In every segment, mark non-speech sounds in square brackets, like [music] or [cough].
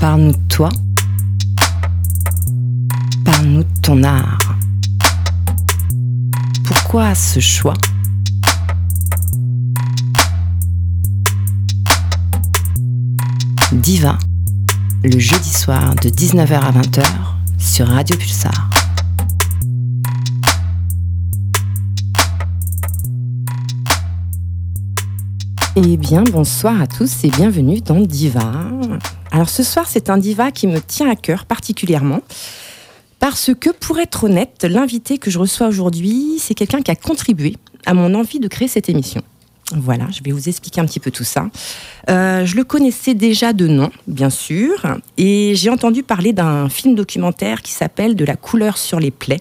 Parle-nous de toi. Parle-nous de ton art. Pourquoi ce choix Diva, le jeudi soir de 19h à 20h sur Radio Pulsar. Eh bien, bonsoir à tous et bienvenue dans Diva. Alors ce soir, c'est un Diva qui me tient à cœur particulièrement. Parce que, pour être honnête, l'invité que je reçois aujourd'hui, c'est quelqu'un qui a contribué à mon envie de créer cette émission. Voilà, je vais vous expliquer un petit peu tout ça. Euh, je le connaissais déjà de nom, bien sûr, et j'ai entendu parler d'un film documentaire qui s'appelle De la couleur sur les plaies.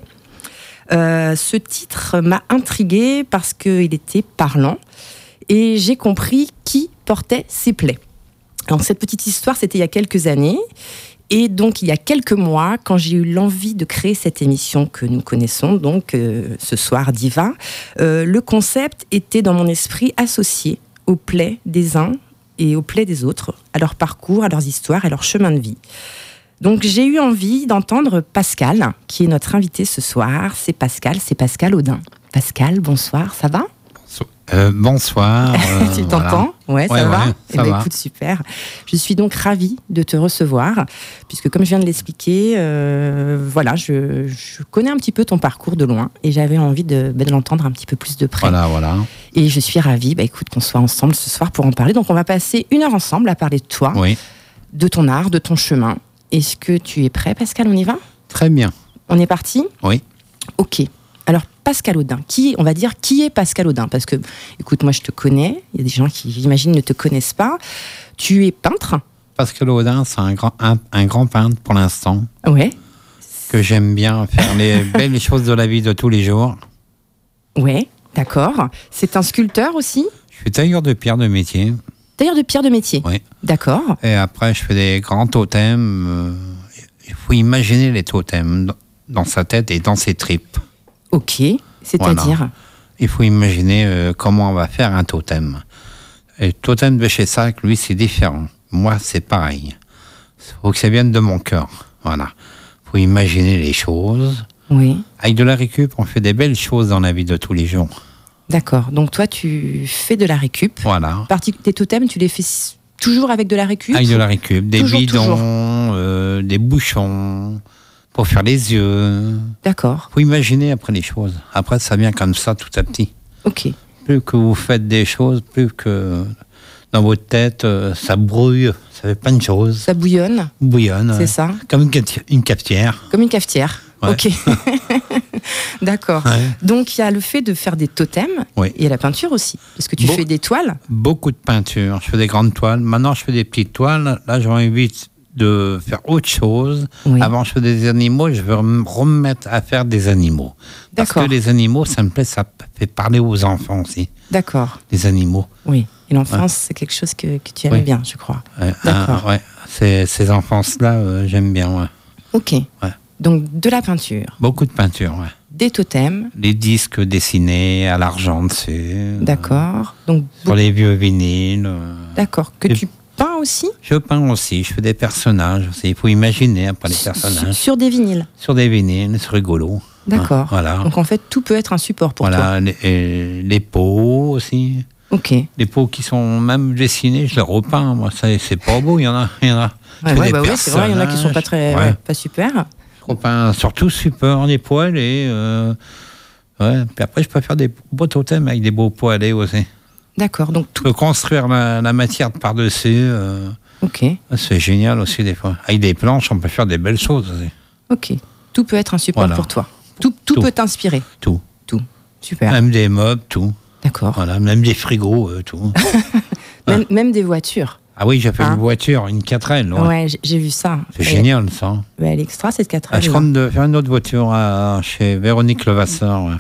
Euh, ce titre m'a intriguée parce qu'il était parlant et j'ai compris qui portait ses plaies. Alors, cette petite histoire, c'était il y a quelques années. Et donc, il y a quelques mois, quand j'ai eu l'envie de créer cette émission que nous connaissons, donc euh, ce soir divin, euh, le concept était dans mon esprit associé aux plaies des uns et aux plaies des autres, à leur parcours, à leurs histoires, à leur chemin de vie. Donc j'ai eu envie d'entendre Pascal, qui est notre invité ce soir. C'est Pascal, c'est Pascal Audin. Pascal, bonsoir, ça va Euh, bonsoir. euh, [laughs] tu voilà. t'entends Ouais, ça Ouais, va ouais, Eh ça ben, va. écoute, super. Je suis donc ravie de te recevoir, puisque comme je viens de l'expliquer, euh, voilà, je, je connais un petit peu ton parcours de loin et j'avais envie de, ben, de l'entendre un petit peu plus de près. Voilà, voilà. Et je suis ravie, bah, écoute, qu'on soit ensemble ce soir pour en parler. Donc on va passer une heure ensemble à parler de toi, Oui, de ton art, de ton chemin. Est-ce que tu es prêt, Pascal On y va très bien. On est parti Oui. Ok. Alors, Pascal Audin, qui, on va dire, qui est Pascal Audin Parce que, écoute, moi je te connais, il y a des gens qui, j'imagine, ne te connaissent pas. Tu es peintre Pascal Audin, c'est un grand, un, un grand peintre pour l'instant, Ouais. que j'aime bien faire [laughs] les belles choses de la vie de tous les jours. Ouais, d'accord. C'est un sculpteur aussi Je suis tailleur de pierre de métier. D'ailleurs, de pierre de métier Oui. D'accord. Et après, je fais des grands totems. euh, Il faut imaginer les totems dans- dans sa tête et dans ses tripes. Ok. C'est-à-dire Il faut imaginer euh, comment on va faire un totem. Et le totem de chez Sac, lui, c'est différent. Moi, c'est pareil. Il faut que ça vienne de mon cœur. Voilà. Il faut imaginer les choses. Oui. Avec de la récup, on fait des belles choses dans la vie de tous les jours. D'accord. Donc toi, tu fais de la récup. Voilà. Parti- Tes totems, tu les fais s- toujours avec de la récup Avec de la récup, des Toujours, toujours. bidons, euh, des bouchons, pour faire les yeux. D'accord. Il faut imaginer après les choses. Après, ça vient comme ça, tout à petit. Ok. plus que vous faites des choses, plus que dans votre tête, euh, ça brouille, ça fait plein de choses, Ça bouillonne, bouillonne, c'est euh, ça comme une, cati- une cafetière. Comme une cafetière. Ouais. Ok. [laughs] D'accord. Ouais. Donc il y a le fait de faire des totems Oui. et il y a la peinture aussi. Parce que tu Bon. fais des toiles. Beaucoup de peinture, je fais des grandes toiles, maintenant je fais des petites toiles, là j'ai envie de faire autre chose. Oui. Avant je fais des animaux, je veux me remettre à faire des animaux. Parce que D'accord. les animaux, ça me plaît, ça fait parler aux enfants aussi, D'accord. les animaux. Oui. Et l'enfance, c'est quelque chose que, que tu aimes Oui. bien, je crois. Ouais, D'accord. euh, ouais, ces, ces enfances-là, euh, j'aime bien. ouais. Ok. Donc de la peinture, Beaucoup de peinture, ouais. des totems. Les disques dessinés à l'argent dessus. D'accord. Donc euh, Sur Euh, les vieux vinyles. euh. d'accord. Que Et- tu peins aussi Je peins aussi, je fais des personnages aussi. Il faut imaginer après les sur, hein. personnages. sur des vinyles. Sur des vinyles, c'est rigolo. hein. D'accord. Voilà. Donc en fait, tout peut être un support pour toi. Voilà, les, et les peaux aussi. Ok. Les peaux qui sont même dessinées, je les repeins. Moi, ça, c'est pas beau, il y en a. Il y en a. Je Ouais, fais ouais, des bah oui, c'est vrai, il y en a qui sont pas très, personnages. ouais, Ouais. pas super. Je repeins surtout super les poils et. euh, ouais. Puis après, je peux faire des beaux totems avec des beaux poils aussi. D'accord, donc tout. peut construire la, la matière de par-dessus. euh, Ok, c'est génial aussi des fois. Avec des planches, on peut faire des belles choses aussi. ok. Tout peut être un support Voilà. pour toi. Tout, tout, Tout. peut t'inspirer. Tout. Tout. Super. Même des meubles, tout. D'accord. Voilà, même des frigos, euh, tout. Même, même des voitures. ah oui, j'ai fait Hein une voiture, une 4L. ouais. Ouais, j'ai- j'ai vu ça. C'est Et- génial ça. Ouais, elle est extra cette 4 Ah, je compte de faire une autre voiture à- chez Véronique Levasseur. ouais.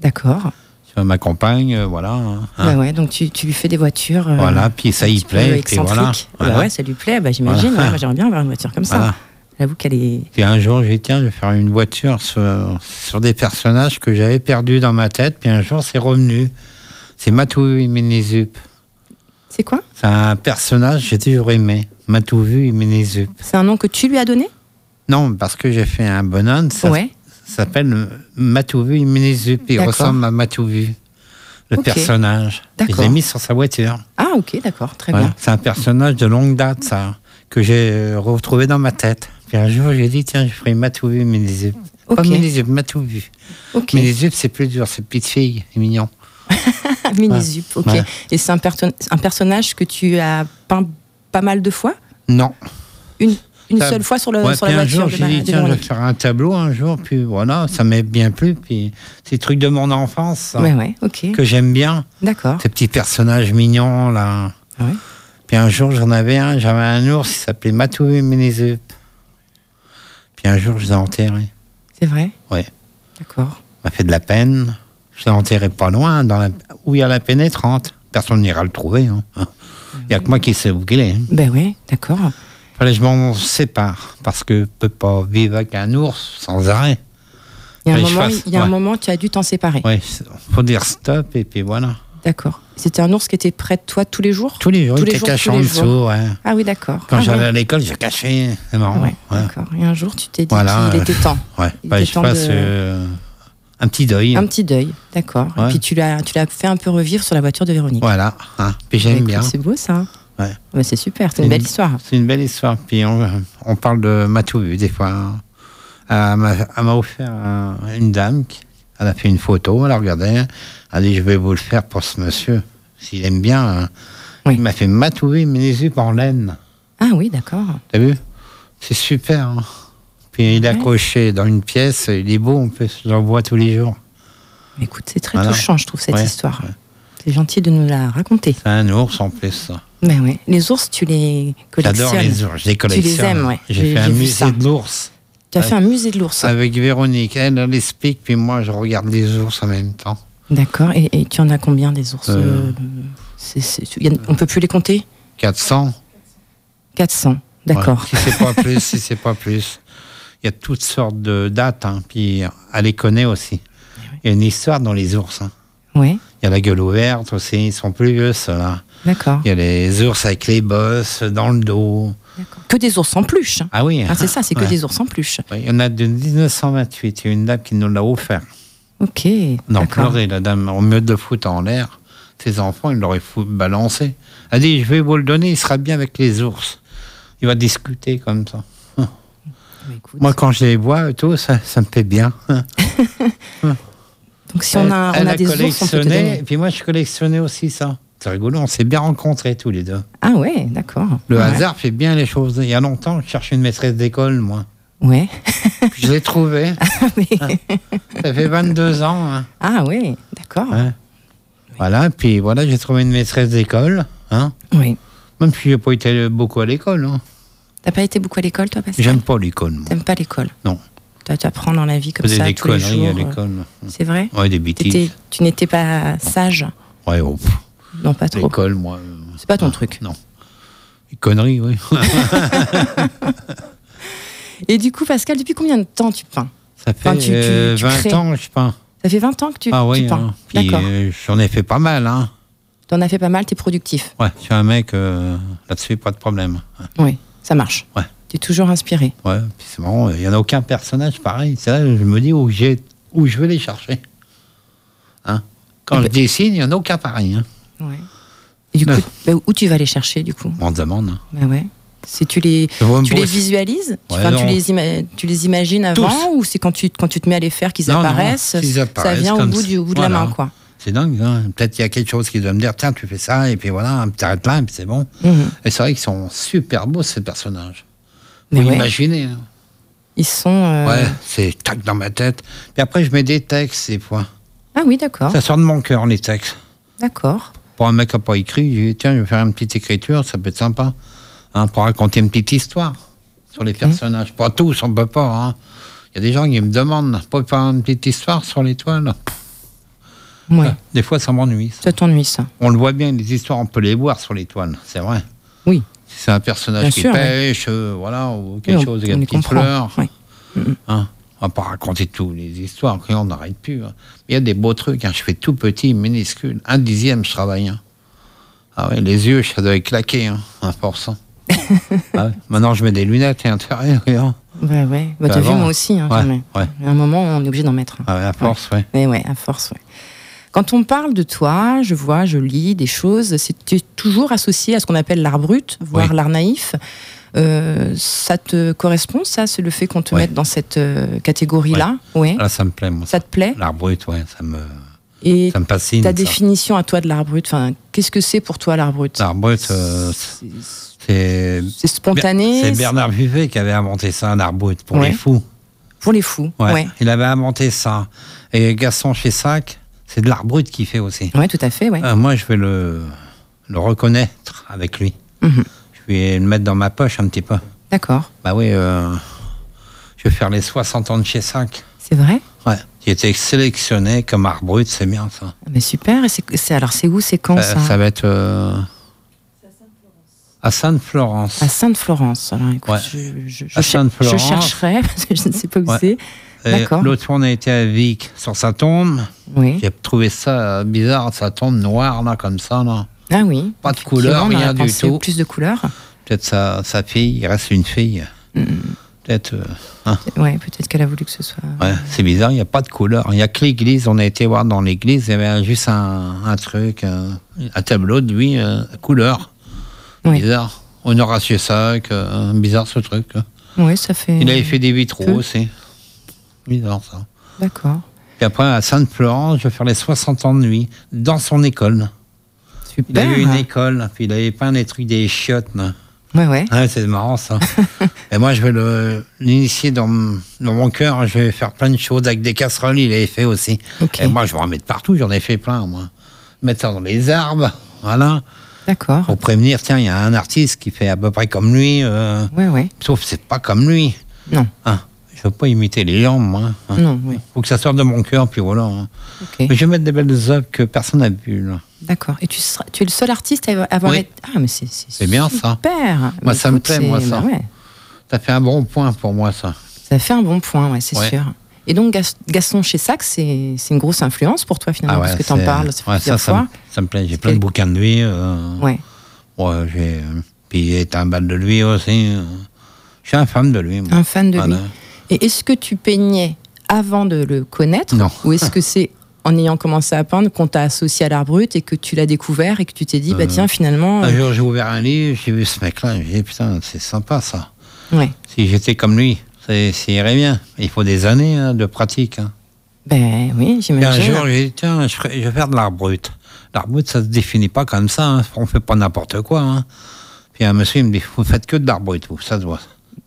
D'accord. Sur ma compagne, euh, voilà. hein. Bah ouais, donc tu, tu lui fais des voitures. euh, Voilà, puis ça un y petit peu plaît, puis voilà. excentriques. Bah Voilà. ouais, ça lui plaît, bah, j'imagine. Voilà. ouais, moi, j'aimerais bien avoir une voiture comme ça. Voilà. J'avoue qu'elle est. Puis un jour, j'ai dit, tiens, je vais faire une voiture sur, sur des personnages que j'avais perdus dans ma tête. Puis un jour, c'est revenu. C'est Matou Minizup. C'est quoi C'est un personnage que j'ai toujours aimé. m'a tout vu, il Ménézup. C'est un nom que tu lui as donné Non, parce que j'ai fait un bonhomme, ça Ouais. s'appelle Matouvu Ménézup. Il D'accord. ressemble à Matouvu, le Ok. personnage. Je D'accord. l'ai mis sur sa voiture. Ah, ok, d'accord, très Voilà. bien. C'est un personnage de longue date, ça, que j'ai euh, retrouvé dans ma tête. Puis un jour, j'ai dit, tiens, je ferai Matouvu Ménézup. Pas Ok. Ménézup, Matouvu. Ok, [laughs] Ménézup, c'est plus dur, c'est petite fille, c'est mignon. Minisup, ok. Ouais. Et c'est un, perton- un personnage que tu as peint pas mal de fois Non. Une, une Ça- seule fois sur, le, Ouais, sur puis la un voiture jour, de, j'ai ma- dit, de tiens, je vais Véronique. faire un tableau un jour, puis voilà, ça m'est bien plu, puis ces trucs de mon enfance ça, Ouais, ouais, ok, que j'aime bien, d'accord. ces petits personnages mignons, là. Ah ouais. Puis un jour, j'en avais un, j'avais un ours, il s'appelait Matoué Ménézup. Puis un jour, je l'ai enterré. C'est vrai Ouais. D'accord. Ça m'a fait de la peine. Je l'ai enterré pas loin, dans la- où il y a la pénétrante. Personne n'ira le trouver. hein. Il n'y a que moi qui sais où il est. hein. Ben ouais, d'accord. Fallait que je m'en sépare, parce que je peux pas vivre avec un ours sans arrêt. Il y a un, Fallait que je moment, fasse, il y a un ouais. moment, tu as dû t'en séparer. Ouais, c'est- faut dire stop et puis voilà. D'accord. C'était un ours qui était près de toi tous les jours Tous les jours, Tous il les était jours, caché tous en les dessous. ouais. Ah oui, d'accord. Quand Ah j'allais ouais. à l'école, je cachais. C'est Ah marrant. ouais, ouais. d'accord. Et un jour, tu t'es dit Voilà. euh, qu'il était temps. Ouais. Il Bah, était je temps passe de- euh, un petit deuil. Un petit deuil, d'accord. Et Ouais. puis tu l'as, tu l'as fait un peu revivre sur la voiture de Véronique. Voilà. hein. Puis Bah, j'aime écoute, bien. C'est beau ça. Ouais. Bah, c'est super, c'est Et- une belle histoire. C'est une belle histoire. Puis on, on parle de Matouvu des fois. hein. Elle m'a elle m'a offert un- une dame. qui- Elle a fait une photo, elle a regardé. Elle a dit Je vais vous le faire pour ce monsieur. S'il aime bien. hein. Oui. Il m'a fait Matouvu Ménézup en laine. Ah oui, d'accord. T'as vu C'est super. hein. Puis il est Ouais. accroché dans une pièce, il est beau, on peut se l'envoie tous les jours. Écoute, c'est très Voilà. touchant, je trouve, cette Ouais, histoire. C'est gentil de nous la raconter. C'est un ours en plus. Ben ouais. Les ours, tu les J'adore collectionnes. les ours, je les collectionne. aimes, ouais. J'ai- J'ai fait un j'ai vu ça. musée de l'ours Tu as fait un musée de l'ours. avec Véronique. Elle, elle explique, puis moi je regarde les ours en même temps. D'accord. Et, et tu en as combien des ours Euh. euh, c'est- c'est- y en- On peut plus les compter 400 400. D'accord. ouais. Si c'est pas plus, si c'est pas plus. Il y a toutes sortes de dates, hein, puis elle les connaît aussi. Il y a une histoire dans les ours. hein. [laughs] Ouais. Il y a la gueule ouverte aussi, ils sont plus vieux ceux-là. D'accord. Il y a les ours avec les bosses dans le dos. D'accord. Que des ours en pluche. Ah oui. Ah, c'est ça, c'est que Ouais. des ours en pluche. Oui, Il y en a de 1928. Il y a une dame qui nous l'a offert. Ok. On en d'accord. pleurait, la dame, au mieux de le foutre en l'air. Ses enfants, ils l'auraient fou- balancé. Elle a dit Je vais vous le donner, il sera bien avec les ours. Il va discuter comme ça. Bah, écoute. Moi, quand je les vois, et tout, ça, ça me fait bien. Donc si on a, on Elle a des ours, on peut te collectionné, donner. et puis moi, je collectionnais aussi ça. C'est rigolo, on s'est bien rencontrés tous les deux. Ah ouais, d'accord. Le Ouais. hasard fait bien les choses. Il y a longtemps, je cherchais une maîtresse d'école, moi. [laughs] Ouais. [laughs] Puis Je l'ai trouvée. Mais- Ça fait 22 ans. hein. ah ouais, d'accord. Ouais. Voilà, puis voilà, j'ai trouvé une maîtresse d'école. Hein. Oui. Même si j'ai pas été beaucoup à l'école. Hein. T'as pas été beaucoup à l'école, toi, Pascal J'aime pas l'école, moi. T'aimes pas l'école Non. Toi, tu apprends dans la vie Je comme faisais ça des tous les conneries jours. à l'école. euh, C'est vrai Ouais, des T'étais- bêtises. Tu n'étais pas sage Ouais, oh, pff, Non, pas trop. l'école, moi. euh, C'est pas ton truc. Non. Des conneries, oui. Et du coup, Pascal, depuis combien de temps tu peins Ça fait Enfin, tu- tu- euh, tu 20 crées. ans, je peins. Ça fait 20 ans que tu, ah tu oui, peins. hein. puis D'accord. euh, j'en ai fait pas mal. Hein. T'en as fait pas mal, t'es productif. Ouais, je suis un mec, euh, là-dessus, pas de problème. Oui, ça marche. Ouais. T'es toujours inspiré. Ouais, puis c'est marrant, il n'y en a aucun personnage pareil. C'est là que je me dis où, j'ai, où je vais les chercher. Hein Quand Eh je ben- dessine, il n'y en a aucun pareil. Hein. Ouais. Et du coup, Ouais. bah, où tu vas les chercher, du coup On se demande. hein. Bah ouais. Si tu les, Je vois tu me les brosser- visualises Tu- Ouais, enfin, tu, non. les ima- tu les imagines avant Ou c'est quand tu, quand tu te mets à les faire qu'ils Non, non, apparaissent, s'ils Ça apparaissent vient au comme bout, ça. du, au bout de la Voilà. main, quoi. C'est dingue. hein. Peut-être qu'il y a quelque chose qui doit me dire tiens, tu fais ça, et puis voilà, t'arrêtes là, et puis c'est bon. Mhm. Et c'est vrai qu'ils sont super beaux, ces personnages. Mais Vous ouais, imaginez. hein. ils sont. euh, Ouais, c'est tac dans ma tête. Puis après, je mets des textes, des fois. Ah oui, d'accord. Ça sort de mon cœur, les textes. D'accord. Pour un mec qui n'a pas écrit, je dis tiens, je vais faire une petite écriture, ça peut être sympa. Hein, pour raconter une petite histoire sur les personnages. Pas tous, on peut pas. hein. Il y a des gens qui me demandent pour faire une petite histoire sur les toiles. Ouais. Des fois, ça m'ennuie. ça. Ça t'ennuie, ça. On le voit bien, les histoires, on peut les voir sur les toiles, c'est vrai. Oui. Si c'est un personnage Bien qui sûr, pêche, euh, voilà, ou quelque Oui, on- chose, on qui les qui comprend, pleure. oui. Hein, on va pas raconter toutes les histoires, on n'arrête plus. hein. Il y a des beaux trucs, hein, je fais tout petit, [laughs] minuscule. Un dixième, je travaille. hein. Ah ouais, les yeux, ça doit claquer, hein, à force. hein. Ah, maintenant, je mets des lunettes et intérieur. [laughs] regarde. Ouais, ouais. Bah, Bah, t'as vu, avant. moi aussi. Hein, Ouais, quand même. ouais. À un moment, on est obligé d'en mettre. Ah ouais, à force, ouais. Mais ouais, à force, ouais. Quand on parle de toi, je vois, je lis des choses, c'est tu es toujours associé à ce qu'on appelle l'art brut, voire Oui. l'art naïf. Euh, ça te correspond, ça C'est le fait qu'on te Ouais. mette dans cette euh, catégorie-là Ouais. Là, ça me plaît, moi. Ça te plaît L'art brut, ouais, ça me, Et ça me fascine. ta ça. définition à toi de l'art brut, enfin, qu'est-ce que c'est pour toi l'art brut L'art brut, euh, C'est c'est. c'est spontané C'est Bernard Buvet qui avait inventé ça, un arbre brut, pour Ouais. les fous. c'est pour les fous. Ouais, ouais. Il avait inventé ça. Et Gaston Chessac, c'est de l'art brut qu'il fait aussi. Ouais, tout à fait, ouais. Euh, moi, je vais le, le reconnaître avec lui. Mhm. Je vais le mettre dans ma poche un petit peu. D'accord, Bah oui, euh, je vais faire les 60 ans de Chessac. c'est vrai. Ouais. Qui était sélectionné comme art brut, c'est bien ça. Ah, Mais super. Et c'est- c'est- alors, c'est où C'est quand Euh, Oh, ça, va être. euh, à Sainte-Florence. À Sainte-Florence. Alors, écoute, Ouais. je, je- je À cher- Sainte-Florence. je chercherai [laughs] parce que je ne sais pas où Ouais. c'est. Et Ah, d'accord. L'autre fois, on a été à Vic sur sa tombe. Oui. J'ai trouvé ça euh, bizarre, sa tombe noire, là, comme ça, là. Ah oui. Pas de Effectivement, couleur, on aurait rien du pensé tout. Plus de couleurs. Peut-être sa, sa fille, il reste une fille. Mm. Peut-être. euh, hein, Ouais, peut-être qu'elle a voulu que ce soit. ouais, c'est bizarre, il n'y a pas de couleur. Il n'y a que l'église. On a été voir dans l'église, il y avait juste un, un truc, un, un tableau de lui, euh, couleur. Oui. Bizarre. On aura su ça, que, euh, bizarre ce truc. hein. Oui, ça fait. Il avait fait des vitraux peu. aussi. Bizarre ça. D'accord. Et après, à Sainte-Florence, je vais faire les 60 ans de nuit, dans son école. Il Super. a eu une école, puis il avait peint des trucs, des chiottes. là. Ouais, ouais. Ouais, c'est [laughs] marrant ça. Et moi, je vais le- l'initier dans, m- dans mon cœur. Je vais faire plein de choses avec des casseroles. Il avait fait aussi. Ok. Et moi, je vais en mettre partout. J'en ai fait plein, moi. Mettre ça dans les arbres, voilà, D'accord. pour prévenir. Tiens, il y a un artiste qui fait à peu près comme lui. euh, Ouais, ouais. sauf que c'est pas comme lui. Non. Hein, je veux pas imiter les gens, moi. hein. Non, oui. Faut que ça sorte de mon cœur, puis voilà. hein. Mm. Ok. Mais je vais mettre des belles œuvres que personne n'a vues. là. D'accord. Et tu, seras- tu es le seul artiste à avoir Oui. été. Ah, mais c'est. C'est bien, ça. Super. Moi, ça me plaît, moi, ça. bah ouais. Ça fait un bon point pour moi, ça. Ça fait un bon point, ouais, c'est Ouais. sûr. Et donc, Gas- Gaston Chessac, c'est c'est une grosse influence pour toi, finalement, parce que tu en Ah c'est- parles. Ça fait ouais, ça, plusieurs ça, fois. me- ça me plaît. J'ai Parce plein de que- bouquins de lui. euh, Ouais. ouais, j'ai, euh, puis j'ai été un bal de lui aussi. euh. Je suis un fan de lui. moi. Un fan de Voilà. lui. Et est-ce que tu peignais avant de le connaître Non. Ou est-ce que c'est en ayant commencé à peindre qu'on t'a associé à l'art brut et que tu l'as découvert et que tu t'es dit, bah Euh, tiens, finalement. Un euh, jour, j'ai ouvert un livre, j'ai vu ce mec-là, j'ai dit putain, c'est sympa ça. euh, ouais. Si j'étais comme lui, c'est- ça irait bien. Il faut des années hein, de pratique. hein. Ben oui, Puis un j'imagine. jour, j'ai dit tiens, je, ferai- je vais faire de l'art brut. L'art brut, ça se définit pas comme ça. hein. On fait pas n'importe quoi. hein. Puis un monsieur il me dit vous faites que de l'art brut, vous, ça se voit.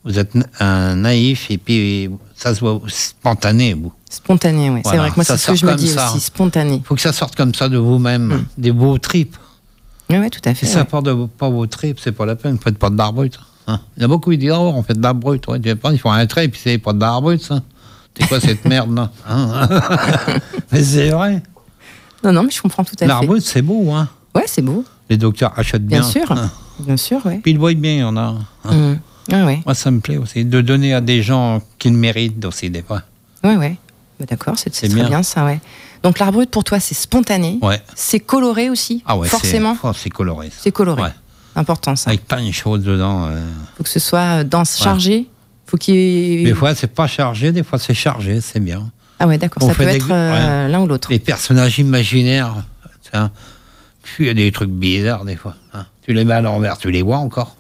Vous êtes na- un naïf et puis ça se voit vous, spontané, vous. Spontané, ouais. C'est Voilà, vrai que moi, ça c'est ce que sort je me comme dis ça, aussi, hein. spontané. faut que ça sorte comme ça de vous-même, des beaux tripes. Oui, ouais, tout à Si fait. ça Hmm. ouais. part de vos- pas vos tripes, c'est pas la peine, faites pas de l'art brut. hein. Il y a beaucoup qui disent Oh, on fait de l'art brut. Ouais, tu sais pas, ils font un trait, puis c'est pas de l'art brut, ça. C'est quoi cette [laughs] merde, là [laughs] Hein Mais c'est vrai. Non, non, mais je comprends tout à L'art fait. brut, c'est beau, hein. Ouais, c'est beau, Les docteurs achètent bien. bien, sûr. hein. Bien sûr, ouais. Puis [laughs] ils le voient bien, on a. hein. Mm. Ouais, ouais. Moi, ça me plaît aussi, de donner à des gens qu'ils méritent aussi, des fois. Ouais, ouais. Bah, D'accord, c'est c'est C'est très bien. bien. ça, ouais. Donc l'art brut pour toi, c'est spontané, Ouais. c'est coloré aussi, Ah ouais, c'est- forcément. oh, c'est coloré. ça. C'est coloré. Ouais. Important ça. Avec plein de choses dedans. euh. Faut que ce soit dense, chargé. Faut qu'il y ait- Des fois, c'est pas chargé, des fois, c'est chargé, c'est bien. Ah ouais, d'accord. on Ça peut fait des- être euh, l'un ou l'autre. les personnages imaginaires. tiens. Puis il y a des trucs bizarres des fois. hein. Tu les mets à l'envers, tu les vois [laughs] encore.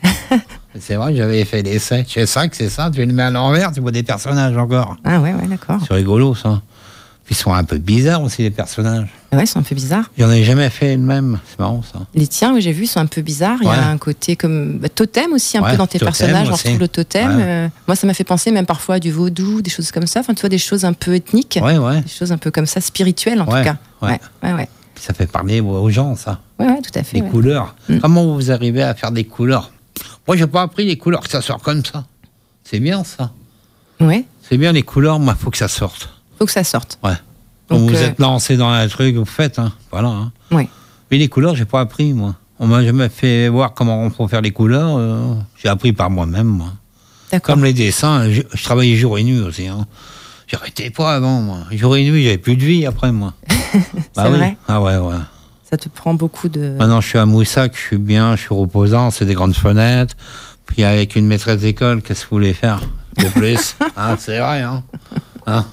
c'est vrai, j'avais fait l'essai chez 5, c'est ça. Tu les mets à l'envers, tu vois des personnages encore. Ah ouais, ouais, d'accord. C'est rigolo ça. Ils sont un peu bizarres aussi les personnages. Ah Ouais, c'est un peu bizarre. J'en ai jamais fait le même. C'est marrant [laughs] ça. Les tiens, oui, j'ai vu, sont un peu bizarres. Il y Ouais. a un côté comme bah, totem aussi, un Ouais, peu dans tes totem personnages. On aussi. retrouve le totem. Ouais. Euh, moi, ça m'a fait penser même parfois à du vaudou, des choses comme ça. Enfin, tu vois, des choses un peu ethniques, Ouais, ouais. des choses un peu comme ça, spirituelles en Ouais, tout cas. ouais. ouais, ouais. Puis ça fait parler aux- aux gens ça. Ouais, ouais, tout à fait. Les ouais. couleurs. Mm. Comment vous arrivez à faire des couleurs Moi, j'ai pas appris les couleurs que ça sort comme ça. C'est bien ça. Ouais. C'est bien les couleurs. Moi, faut que ça sorte. Faut que ça sorte. Ouais. Quand Donc, vous euh, êtes lancé dans un truc, vous faites, hein. voilà. hein. Ouais. Mais les couleurs, j'ai pas appris, moi. On m'a jamais fait voir comment on peut faire les couleurs. euh, j'ai appris par moi-même, moi. D'accord. Comme les dessins, je, je travaillais jour et nuit aussi. Hein. J'arrêtais pas avant, moi. Jour et nuit, j'avais plus de vie après, moi. [laughs] C'est vrai Ah ouais, ouais. Ça te prend beaucoup de. Maintenant, je suis à Moussac, je suis bien, je suis reposant, c'est des grandes fenêtres. Puis avec une maîtresse d'école, qu'est-ce que vous voulez faire de [laughs] plus Hein, C'est vrai, hein, Hein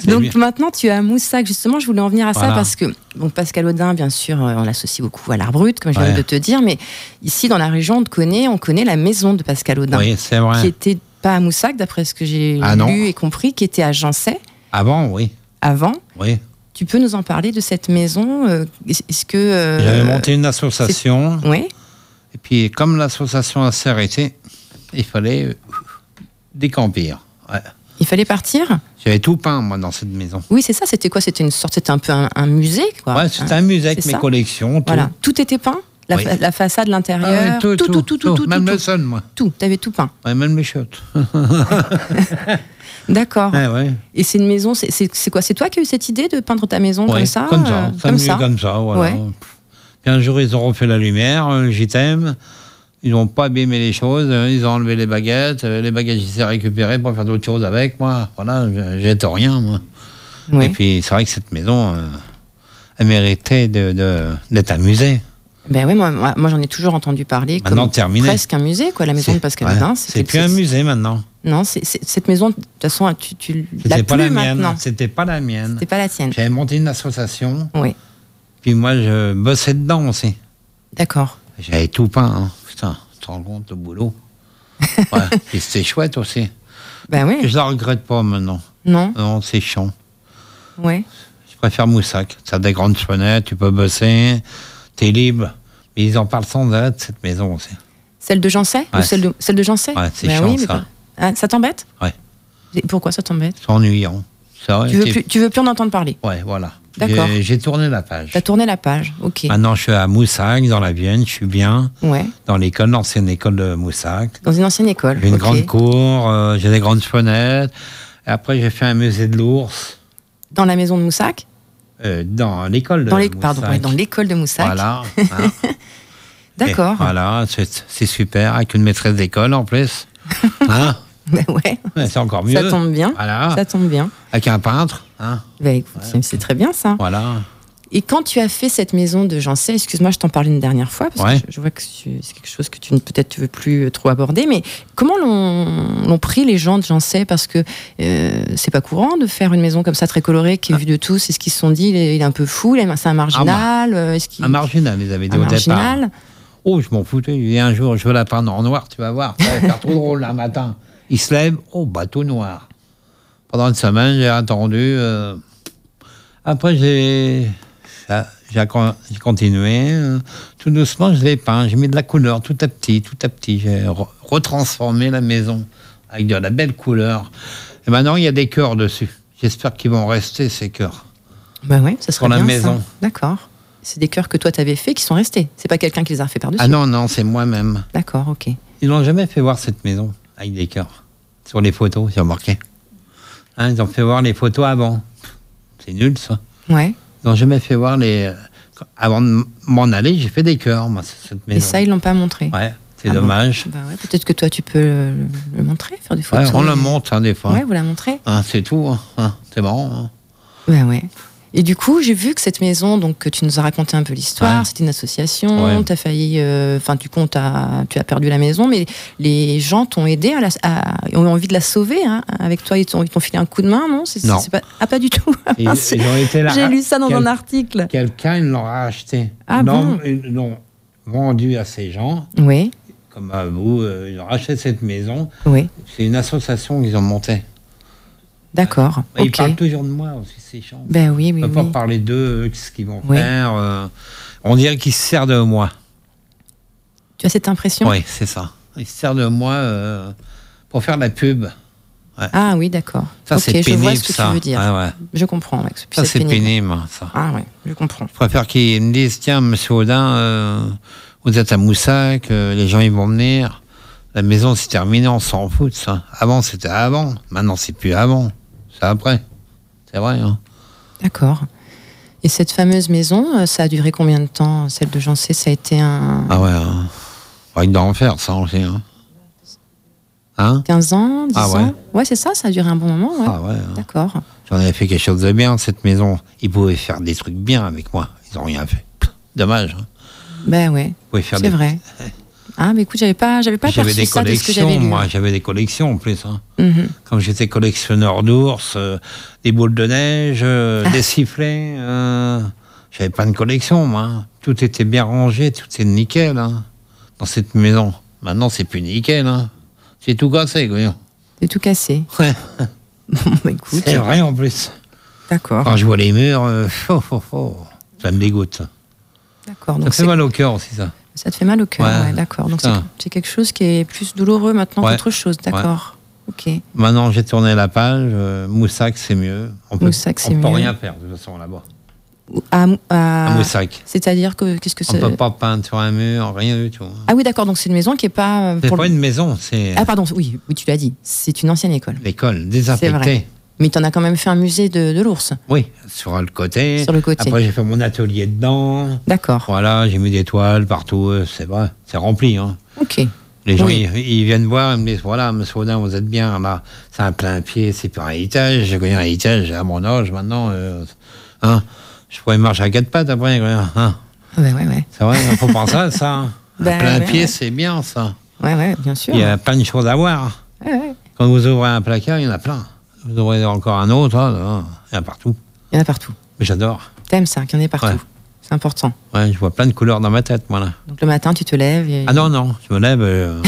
C'est Donc bien. maintenant, tu as Moussac. Justement, je voulais en venir à ça Voilà. parce que donc Pascal Audin, bien sûr, euh, on l'associe beaucoup à l'art brut, comme je viens Ouais. de te dire. Mais ici, dans la région, on te connaît, on connaît la maison de Pascal Audin, Oui, c'est qui vrai. était pas à Moussac, d'après ce que j'ai Ah non. lu et compris, qui était à Jancet Avant, oui. avant. oui. Tu peux nous en parler de cette maison euh, Est-ce que euh, J'avais monté une association. Oui. Et puis, comme l'association s'est arrêtée, il fallait euh, décampir. Ouais. Il fallait partir. J'avais tout peint, moi, dans cette maison. Oui, c'est ça. C'était quoi C'était une sorte, c'était un peu un, un musée, quoi. Ouais, c'était Hein, un musée avec c'est mes ça. collections. Tout. Voilà. Tout était peint. La, Oui. fa- la façade, Ah l'intérieur, ouais, tout, tout, tout, tout, tout, Même tout, le sol, moi. tout. T'avais tout peint. Ouais, même les chiottes. D'accord. Ouais, ouais. Et c'est une maison. c'est- C'est c'est quoi C'est toi qui as eu cette idée de peindre ta maison Ouais, comme ça Comme ça, euh, ça me dit comme ça, voilà. Ouais. Puis un jour, ils ont refait la lumière, euh, j'y t'aime. Ils n'ont pas abîmé les choses, euh, ils ont enlevé les baguettes, euh, les baguettes, ils s'est récupérées pour faire d'autres choses avec, moi. Voilà, je- j'étais rien, moi. Ouais. Et puis, c'est vrai que cette maison, euh, elle méritait de- de- d'être amusée. Ben oui, moi, moi, moi, j'en ai toujours entendu parler. Maintenant, comme terminé. Presque un musée, quoi. La maison C'est- de Pascal ouais. Audin. C'est plus un musée maintenant. Non, c'est- c'est- cette maison, de toute façon, tu, tu l'as C'était pas plus la mienne. maintenant. C'était pas la mienne. C'était pas la tienne. J'avais monté une association, Oui. puis moi, je bossais dedans aussi. D'accord. J'avais tout peint, hein. putain, tu te rends compte, [laughs] le boulot. Ouais, et c'était chouette aussi. Ben oui. Je la regrette pas maintenant. Non. Non, c'est chiant. Ouais. Je préfère Moussac. Ça a des grandes fenêtres, tu peux bosser, t'es libre. Mais ils en parlent sans arrêt de cette maison aussi. Celle de Jancet Ou Ouais, celle de, celle de Jancet ouais, c'est Ben chiant, oui, mais ça. pas- Ah, ça t'embête Ouais. Et Pourquoi ça t'embête C'est ennuyant. Ça aurait tu veux, été- plus, tu veux plus en entendre parler. Ouais, voilà. D'accord. J'ai- J'ai tourné la page. T'as tourné la page, ok. Maintenant, je suis à Moussac, dans la Vienne, je suis bien. Ouais. Dans l'école, l'ancienne école de Moussac. Dans une ancienne école. J'ai une ok. grande cour, euh, j'ai des grandes fenêtres. Et après, j'ai fait un musée de l'ours Dans la maison de Moussac. euh, dans l'école de Dans les, Moussac. pardon, ouais, dans l'école de Moussac. [laughs] Voilà. hein. D'accord. Et Voilà, c'est c'est super, avec une maîtresse d'école [laughs] en plus. Hein Ben [laughs] ouais, Ouais, c'est encore mieux. ça tombe bien. Voilà, Ça tombe bien. avec un peintre. Hein Ben écoute, c'est très bien ça. voilà. Et quand tu as fait cette maison de Jancet, excuse-moi, je t'en parle une dernière fois, parce Ouais. que je- je vois que tu- c'est quelque chose que tu ne- peut-être tu veux plus euh, trop aborder, mais comment l'ont l'ont pris les gens de Jancet Parce que euh, c'est pas courant de faire une maison comme ça, très colorée, Ah. qui est vue de tous. Est-ce qu'ils se sont dit, il est, il est un peu fou, il est- c'est un marginal euh, Est-ce qu'il- bah. Un marginal, ils avaient dit un au départ. Ah, marginal Oh, je m'en foutais. Il dit un jour, je veux la peindre en noir, tu vas voir. Ça va faire trop drôle un matin. Il se lève, oh, bateau noir. Pendant une semaine, j'ai attendu. euh, Après, j'ai. ça- J'ai acco- j'ai continué. euh, Tout doucement, je l'ai peint. J'ai mis de la couleur tout à petit, tout à petit. J'ai re- retransformé la maison avec de la belle couleur. Et maintenant, il y a des cœurs dessus. J'espère qu'ils vont rester, ces cœurs. Bah ouais, ça serait Pour la bien, maison. ça. D'accord. C'est des cœurs que toi t'avais fait qui sont restés. C'est pas quelqu'un qui les a fait par-dessus. Ah non, non, c'est moi-même. D'accord, ok. Ils n'ont jamais fait voir cette maison avec des cœurs. Sur les photos, j'ai remarqué. Hein, ils ont fait voir les photos avant. C'est nul, ça. Ouais. Ils n'ont jamais fait voir les. euh, Avant de m'en aller, j'ai fait des cœurs, moi, sur cette maison. Et ça, ils l'ont pas montré. Ouais, c'est Ah bon. dommage. Bah ouais, peut-être que toi tu peux le, le montrer, faire des Ouais, photos. on le monte, hein, des fois. Ouais, vous la montrez. Hein, c'est tout. hein. Hein, c'est marrant. hein. Ben ouais. Et du coup, j'ai vu que cette maison, donc que tu nous as raconté un peu l'histoire, Ouais. c'était une association, Ouais. t'as failli, euh, enfin du coup, t'as- tu as perdu la maison, mais les gens t'ont aidé, à la, à- ont eu envie de la sauver, hein, avec toi, ils t'ont ils t'ont filé un coup de main, non, C'est- c'est- Non. c'est Pas, ah pas du tout. [laughs] Ah, Ils, mince. ils ont été là. j'ai lu ça dans Quel- un article. Quelqu'un ils l'ont racheté. Ah Ils l'ont- bon Ils l'ont vendu à ces gens, Oui, comme à vous. euh, ils ont racheté cette maison. oui, C'est une association qu'ils ont montée. d'accord. Bah, Ils Ok. parlent toujours de moi aussi, c'est chiant. Ben oui, On oui, peut pas oui. parler d'eux, euh, de ce qu'ils vont Oui. faire. euh, on dirait qu'ils se servent de moi. Tu as cette impression Oui, c'est ça. Ils se servent de moi euh, pour faire la pub. Ah oui, d'accord. Ça, ok, c'est pénible, je vois ce que ça. tu veux dire. Ouais, ouais. Je comprends, Max. Puis Ça, c'est pénible. ça. Ah ouais, je comprends. Je préfère qu'ils me disent tiens, monsieur Audin, euh, vous êtes à Moussac, euh, les gens ils vont venir. La maison c'est terminé, on s'en fout de ça. Avant c'était avant, maintenant c'est plus avant, c'est après. C'est vrai. Hein. D'accord. Et cette fameuse maison, euh, ça a duré combien de temps Celle de Jancé, ça a été un Ah ouais. Hein. Faudrait que d'en faire ça aussi. Hein. Hein 15 ans, 10 Ah ouais. ans Ouais, c'est ça, ça a duré un bon moment, ouais. Ah ouais. hein. D'accord. J'en avais fait quelque chose de bien, cette maison. Ils pouvaient faire des trucs bien avec moi. Ils n'ont rien fait. Pff, Dommage. Hein. Ben ouais, Ils pouvaient faire [laughs] c'est des... vrai. Ah, mais écoute, j'avais pas, j'avais pas J'avais perçu des ça de ce que collections, j'avais lu. hein. moi, j'avais des collections en plus. hein. Mhm. Comme j'étais collectionneur d'ours, euh, des boules de neige, Ah. euh, des sifflets, euh, j'avais pas de collection, moi. hein. Tout était bien rangé, tout était nickel hein, dans cette maison. Maintenant, c'est plus nickel. Hein. J'ai tout cassé, voyons. T'es tout cassé. [laughs] Ouais. Bon, bah, écoute, C'est vrai en plus. d'accord. Quand je vois les murs, euh, oh, oh, oh, ça me dégoûte. D'accord. Ça Donc fait c'est- mal au cœur aussi, ça. Ça te fait mal au cœur, Ouais. ouais, d'accord. Donc c'est Putain. c'est quelque chose qui est plus douloureux maintenant Ouais. qu'autre chose, d'accord. Ok. Maintenant, j'ai tourné la page. euh, Moussac, c'est mieux. On peut, Moussac, c'est on peut mieux. rien faire, de toute façon, là-bas. Ou- À, mou- à- À Moussac. C'est-à-dire que qu'est-ce que Ah, On c'est peut pas peindre sur un mur, rien du tout. hein. Ah oui, d'accord. Donc c'est une maison qui est pas. euh, C'est pour le- pas une maison, c'est Ah pardon. Oui, oui, tu l'as dit. C'est une ancienne école. l'école C'est désaffectée. Mais t'en as quand même fait un musée de, de l'ours Oui, sur le côté. sur le côté. Après, j'ai fait mon atelier dedans. D'accord. Voilà, j'ai mis des toiles partout. euh, C'est vrai, c'est rempli. Hein. Ok. Les gens, Oui. ils, ils viennent voir, ils me disent voilà, monsieur Audin, vous êtes bien là. C'est un plein pied, c'est pas un étage. J'ai connu un étage à mon âge maintenant. euh, hein, je pourrais marcher à quatre pattes après. quoi, hein. Ah Ouais, ouais, ouais. C'est vrai, faut penser à ça. [laughs] hein. Un Ben, plein ouais, pied, ouais. c'est bien ça. Ouais, ouais, bien sûr. Il y a plein de choses à voir. Ouais, ouais. Quand vous ouvrez un placard, il y en a plein. Vous ouvrez encore un autre, hein, hein, il y en a partout. Il y en a partout. Mais j'adore. T'aimes ça, qu'il y en ait partout. Ouais. C'est important. Ouais, je vois plein de couleurs dans ma tête, moi là. Donc le matin, tu te lèves. Et... Ah non, non, je me lève [laughs] euh,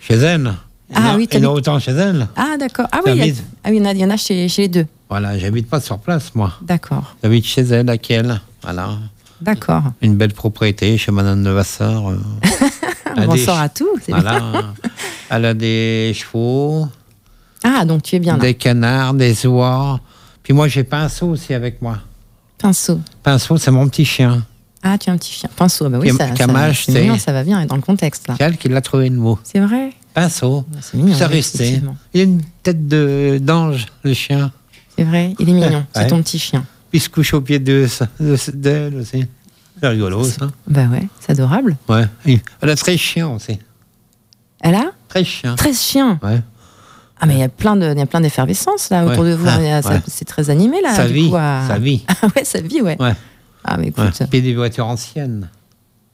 chez elle. Il y en Ah a- oui, il y en a t'habites- autant chez elle. Ah, d'accord. Ah oui, il y, a- T'habites. ah oui, il y en a, il y en a chez, chez les deux. Voilà, j'habite pas sur place, moi. D'accord. J'habite chez elle, à Kiel. Voilà. D'accord. Une belle propriété chez Madame [laughs] Levasseur. euh. Elle a On des sort ch- Ah, à tout. c'est bien. Voilà. Elle a des chevaux, Ah, donc tu es bien là. des canards, des oies. Puis moi, j'ai Pinceau aussi avec moi. Pinceau. Pinceau, c'est mon petit chien. Ah, tu as un petit chien. Pinceau, ah bah oui, Cam- ça, ça- Camache, c'est c'est- mignon, ça va bien, et dans le contexte, là. C'est elle qui l'a trouvé le mot. C'est vrai Pinceau. Ah, C'est mignon. Ça oui, restait. effectivement. Il a une tête de- d'ange, le chien. C'est vrai, il est mignon, c'est Ouais. ton petit chien. Puis il se couche au pied de- de- d'elle aussi. C'est rigolo, ça. Bah ouais, c'est adorable. Ouais. Elle a 13 chiens aussi. Elle a 13 chiens. 13 chiens. Ouais. Ah, mais il y a plein de- il y a plein d'effervescence, là, autour Ouais. de vous. hein. Ah, Il y a- ça- ouais. C'est très animé, là. sa, du vie, coup, à- sa vie. [laughs] Ah ouais, sa vie, ouais. Ouais. Ah, mais Ouais. écoute, Puis des voitures anciennes.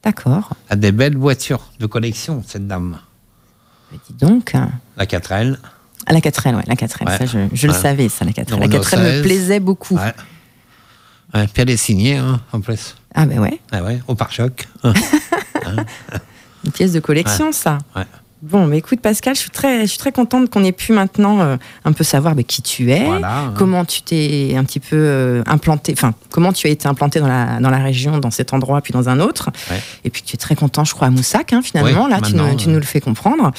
d'accord. Elle a des belles voitures de collection, cette dame. Bah, dis donc. hein. La 4L. Ah, la 4L, ouais, la 4L, Ouais. ça, je, je le Ouais. savais, ça, la 4L. La Renault 4L me 16. plaisait beaucoup. Ouais. Ouais, Puis elle est signée, hein, en plus. Ah, bah ouais, Ah ouais, au pare-choc. Eh, Hein, une pièce de collection, ça. Ouais. Bon, mais écoute Pascal, je suis très, je suis très contente qu'on ait pu maintenant euh, un peu savoir mais, qui tu es, Voilà, hein. comment tu t'es un petit peu euh, implanté, enfin comment tu as été implanté dans la, dans la région, dans cet endroit puis dans un autre, Ouais. et puis que tu es très content, je crois, à Moussac hein, finalement. Oui, là, tu, maintenant, euh, nous, tu nous le fais comprendre.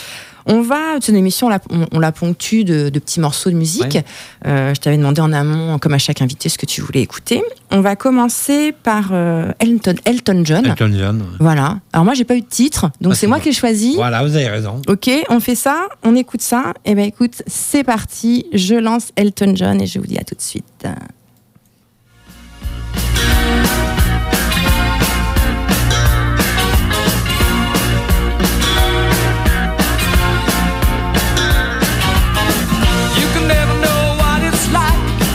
On va, c'est une émission, on la, on, on la ponctue de, de petits morceaux de musique. Ouais. Euh, je t'avais demandé en amont, comme à chaque invité, ce que tu voulais écouter. On va commencer par euh, Elton, Elton John. Elton John. ouais. Voilà. Alors moi, j'ai pas eu de titre, donc Ah, c'est c'est moi bon. qui ai choisi. Voilà, vous avez raison. Ok, on fait ça, on écoute ça. Et ben écoute, c'est parti. Je lance Elton John et je vous dis à tout de suite. You can never know what it's like.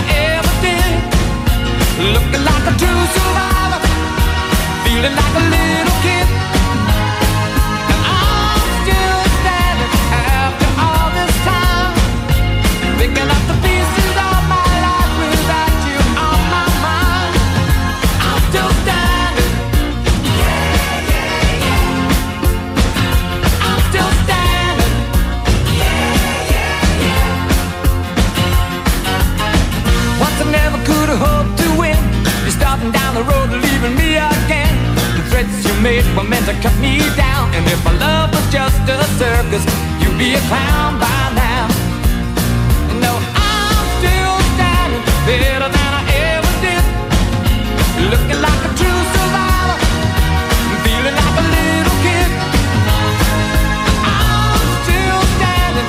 I ever did? Looking like a true survivor, feeling like a little kid. And I'm still standing after all this time, picking up the pieces of my life without you on my mind. I'm still standing. I'm still standing. Once I never could have hoped to win. You're starting down the road, leaving me again. The threats you made were meant to cut me down. And if my love was just a circus, you'd be a clown by now. No, I'm still standing better than I ever did. Looking like a true survivor, feeling like a little kid. I'm still standing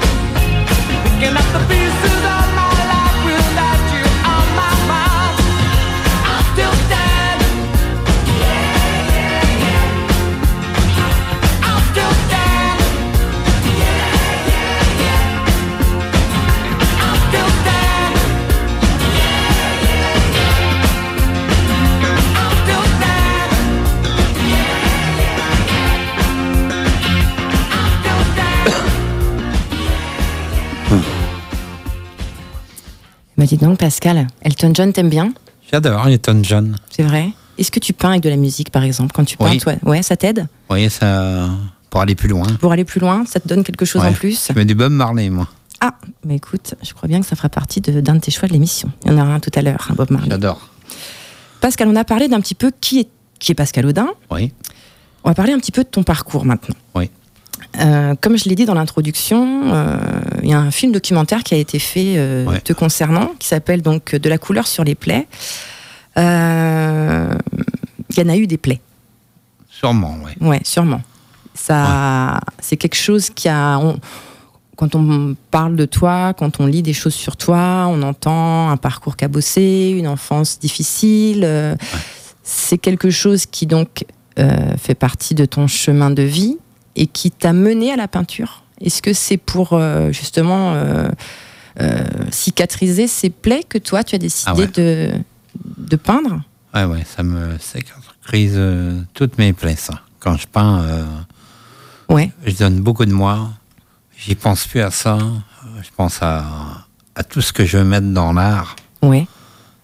picking up the pieces of my life without you on my mind. I'm still standing. I'm still standing. I'm still standing. I'm still standing. I'm still standing. Bah dis donc Pascal, Elton John t'aime bien J'adore Elton John. C'est vrai Est-ce que tu peins avec de la musique par exemple Quand tu peins, Oui. toi, ouais, ça t'aide Vous voyez, ça. Pour aller plus loin. Pour aller plus loin, ça te donne quelque chose Ouais. en plus Je mets du Bob Marley, moi. Ah, mais écoute, je crois bien que ça fera partie de- d'un de, tes choix de l'émission. Il y en aura un tout à l'heure, hein, Bob Marley. J'adore. Pascal, on a parlé d'un petit peu qui est, qui est Pascal Audin. Oui. On va parler un petit peu de ton parcours maintenant. Oui. Euh, comme je l'ai dit dans l'introduction, euh, il y a un film documentaire qui a été fait euh, Ouais. te concernant, qui s'appelle donc De la couleur sur les plaies. Euh, Il y en a eu des plaies. Sûrement, oui. Ouais, sûrement. Ça, c'est quelque chose qui a. on- quand on parle de toi, quand on lit des choses sur toi, on entend un parcours cabossé, une enfance difficile. euh, C'est quelque chose qui donc euh, fait partie de ton chemin de vie et qui t'a mené à la peinture. Est-ce que c'est pour euh, justement euh, euh, cicatriser ces plaies que toi tu as décidé Ah ouais. de, de peindre Ouais, ouais, ça me cicatrise euh, toutes mes plaies, ça. Quand je peins, euh, Ouais, je donne beaucoup de moi. J'y pense plus à ça. Je pense à, à tout ce que je veux mettre dans l'art. ouais,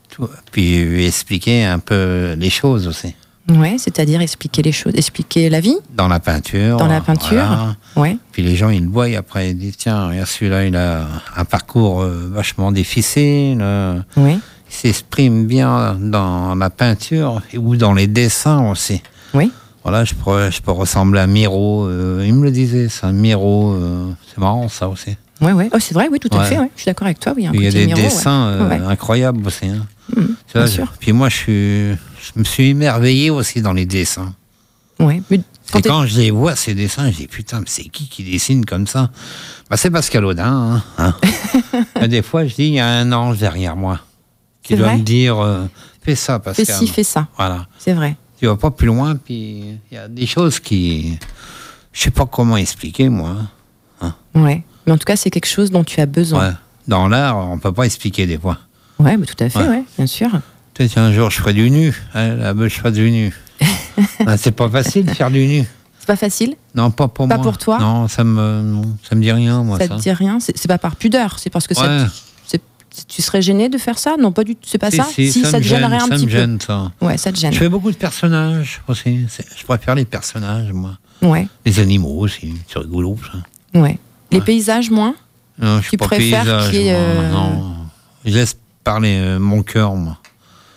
Tout- Puis lui expliquer un peu les choses aussi. ouais. C'est-à-dire expliquer les choses, expliquer la vie. Dans la peinture. Dans la peinture. voilà. Ouais. Puis les gens, ils le voient et après, ils disent tiens, regarde, celui-là, il a un parcours euh, vachement difficile. euh, Oui, il s'exprime bien dans la peinture et- ou dans les dessins aussi. oui, Voilà, je pourrais, je peux ressembler à Miro. euh, il me le disait, ça, Miro. euh, c'est marrant, ça aussi. ouais, ouais. Oh, c'est vrai, oui, tout à Ouais. fait. ouais. Je suis d'accord avec toi. Oui, un Puis il y a côté des Miro, ouais. dessins euh, Ouais. Mm, incroyables aussi. hein. Tu vois, bien je- sûr. Puis moi, je, suis, je me suis émerveillé aussi dans les dessins. Ouais, mais quand Et t'es- quand je les vois, ces dessins, je dis putain, mais c'est qui qui dessine comme ça bah, C'est Pascal Audin. hein, [laughs] hein. des fois, je dis il y a un ange derrière moi qui C'est doit vrai me dire euh, fais ça, fais Pascal. ci, fais ça. Voilà. C'est vrai. Tu vas pas plus loin, puis il y a des choses qui. Je sais pas comment expliquer, moi. hein. Ouais. Mais en tout cas, c'est quelque chose dont tu as besoin. Ouais. Dans l'art, on peut pas expliquer des fois. Ouais, mais tout à fait, ouais. Ouais. bien sûr. Peut-être qu'un jour je ferai du nu. hein, la beuh, je ferai du [laughs] nu. Ah, c'est pas facile de faire du nu. C'est pas facile. Non, pas pour Pas moi. pour toi Non, ça me, non, ça me dit rien, moi. ça Ça, te dit rien. C'est c'est pas par pudeur. C'est parce que ça. Ouais. te- c'est- Tu serais gêné de faire ça Non, pas du tout. C'est pas Si, Ah, ça si, ça ça me te gêne, gênerait un ça petit me peu. gêne, ça. Ouais, ça te gêne. Je fais beaucoup de personnages aussi. c'est- Je préfère les personnages, moi. Ouais, Les animaux aussi, c'est rigolo, ça. ouais. Les paysages, moins Non, je Tu suis pas préfères paysage, qu'il y ait, moi, euh, non. Je laisse parler euh, mon cœur, moi.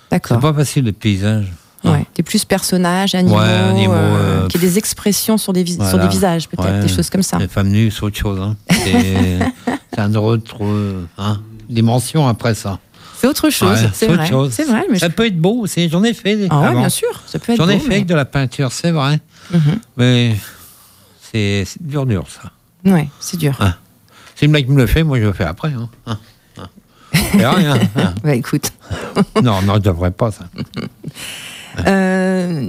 C'est D'accord. pas facile, le paysage. Ouais. T'es plus personnages, animaux, Ouais, animaux, euh, qui est des expressions sur des, vis- sur voilà. des visages, peut-être, Ouais. des choses comme ça. Les femmes nues, c'est autre chose. Hein. C'est [laughs] c'est un autre euh, hein, dimension après ça. C'est autre chose, Ouais, c'est autre vrai. chose. C'est vrai, mais je ça peut être beau aussi. J'en ai fait. Ah ouais, avant. bien sûr, ça peut être J'en ai beau, fait mais- Mhm. avec de la peinture, c'est vrai. Mais c'est c'est dur, dur, ça. Ouais, c'est dur. Ah. Si le mec me le fait, moi, je le fais après. Hein. Hein, hein. C'est rien. hein. Bah écoute, Non, non, je devrais pas, ça. euh,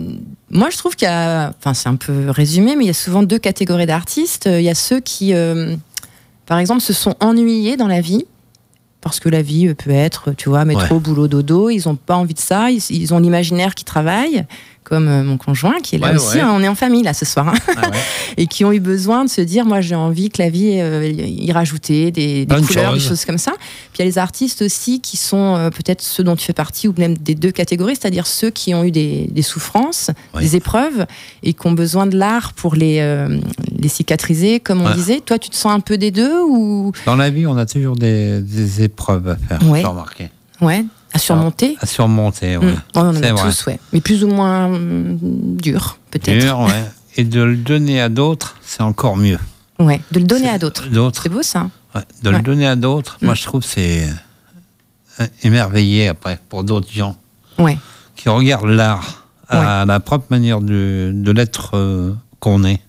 moi je trouve qu'il y a, enfin c'est un peu résumé, mais il y a souvent deux catégories d'artistes. Il y a ceux qui, euh, par exemple, se sont ennuyés dans la vie. Parce que la vie euh, peut être, tu vois, métro, boulot, dodo, ils n'ont pas envie de ça, ils, ils ont l'imaginaire qui travaille, comme euh, mon conjoint qui est là Ouais, aussi, ouais. hein, on est en famille là ce soir. hein. Ah ouais. et qui ont eu besoin de se dire moi j'ai envie que la vie euh, y rajouter des, des Plein de couleurs, des choses. choses comme ça. Puis il y a les artistes aussi qui sont euh, peut-être ceux dont tu fais partie ou même des deux catégories, c'est-à-dire ceux qui ont eu des, des souffrances, Oui. des épreuves et qui ont besoin de l'art pour les, euh, les cicatriser, comme on Ouais. disait. Toi, tu te sens un peu des deux ou Dans la vie, on a toujours des, des épreuves à faire, Ouais. j'ai remarqué. ouais à surmonter. À surmonter, Mm. ouais. Ouais, on en a Ah. C'est vrai. tous, ouais. Mais plus ou moins hum, dur, peut-être. Dur, ouais. Et de le donner à d'autres, c'est encore mieux. Ouais, de le donner C'est- à d'autres. D'autres. C'est beau ça. Ouais, de Ouais. le donner à d'autres, moi je trouve que c'est euh, émerveillé après pour d'autres gens Ouais, qui regardent l'art à la propre manière de, de l'être euh, qu'on est.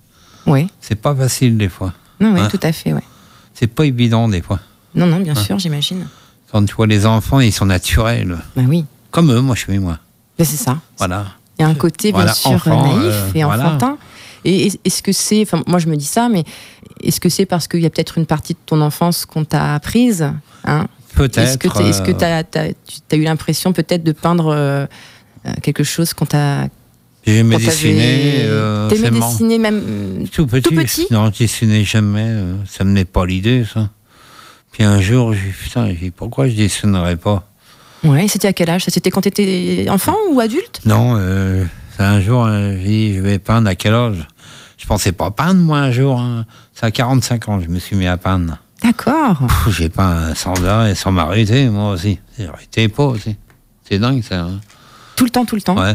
ouais. C'est pas facile des fois. Non, ouais, Ouais. tout à fait, ouais. C'est pas évident des fois. Non, non, bien sûr, j'imagine. Quand tu vois les enfants, ils sont naturels. Bah oui, Comme eux, moi, je suis moi. Bah, c'est ça. Voilà. Il y a un côté, bien Voilà, sûr, enfant, naïf euh, et voilà. enfantin. Et est- est-ce que c'est, enfin, moi je me dis ça, mais est-ce que c'est parce qu'il y a peut-être une partie de ton enfance qu'on t'a apprise hein Peut-être. Est-ce que, t'es- est-ce que euh, t'as- t'as- tu as eu l'impression peut-être de peindre euh, euh, quelque chose qu'on t'a. J'aimais qu'on t'avait- dessiner. euh, T'aimais c'est marrant. dessiner même. euh, Tout petit. Tout petit Non, je dessinais jamais. euh, ça me n'est pas l'idée, ça. Puis un jour, j'ai dit, putain, j'ai dit, pourquoi je dessinerais pas Ouais, c'était à quel âge C'était quand t'étais enfant ou adulte Non, euh, c'est un jour, euh, j'ai dit, je vais peindre à quel âge Je pensais pas peindre, moi, un jour. hein. C'est à 45 ans, je me suis mis à peindre. D'accord. Pff, J'ai peint sans là et sans m'arrêter, moi aussi. J'ai arrêté pas aussi. C'est dingue, ça. hein. Tout le temps, tout le temps. Ouais.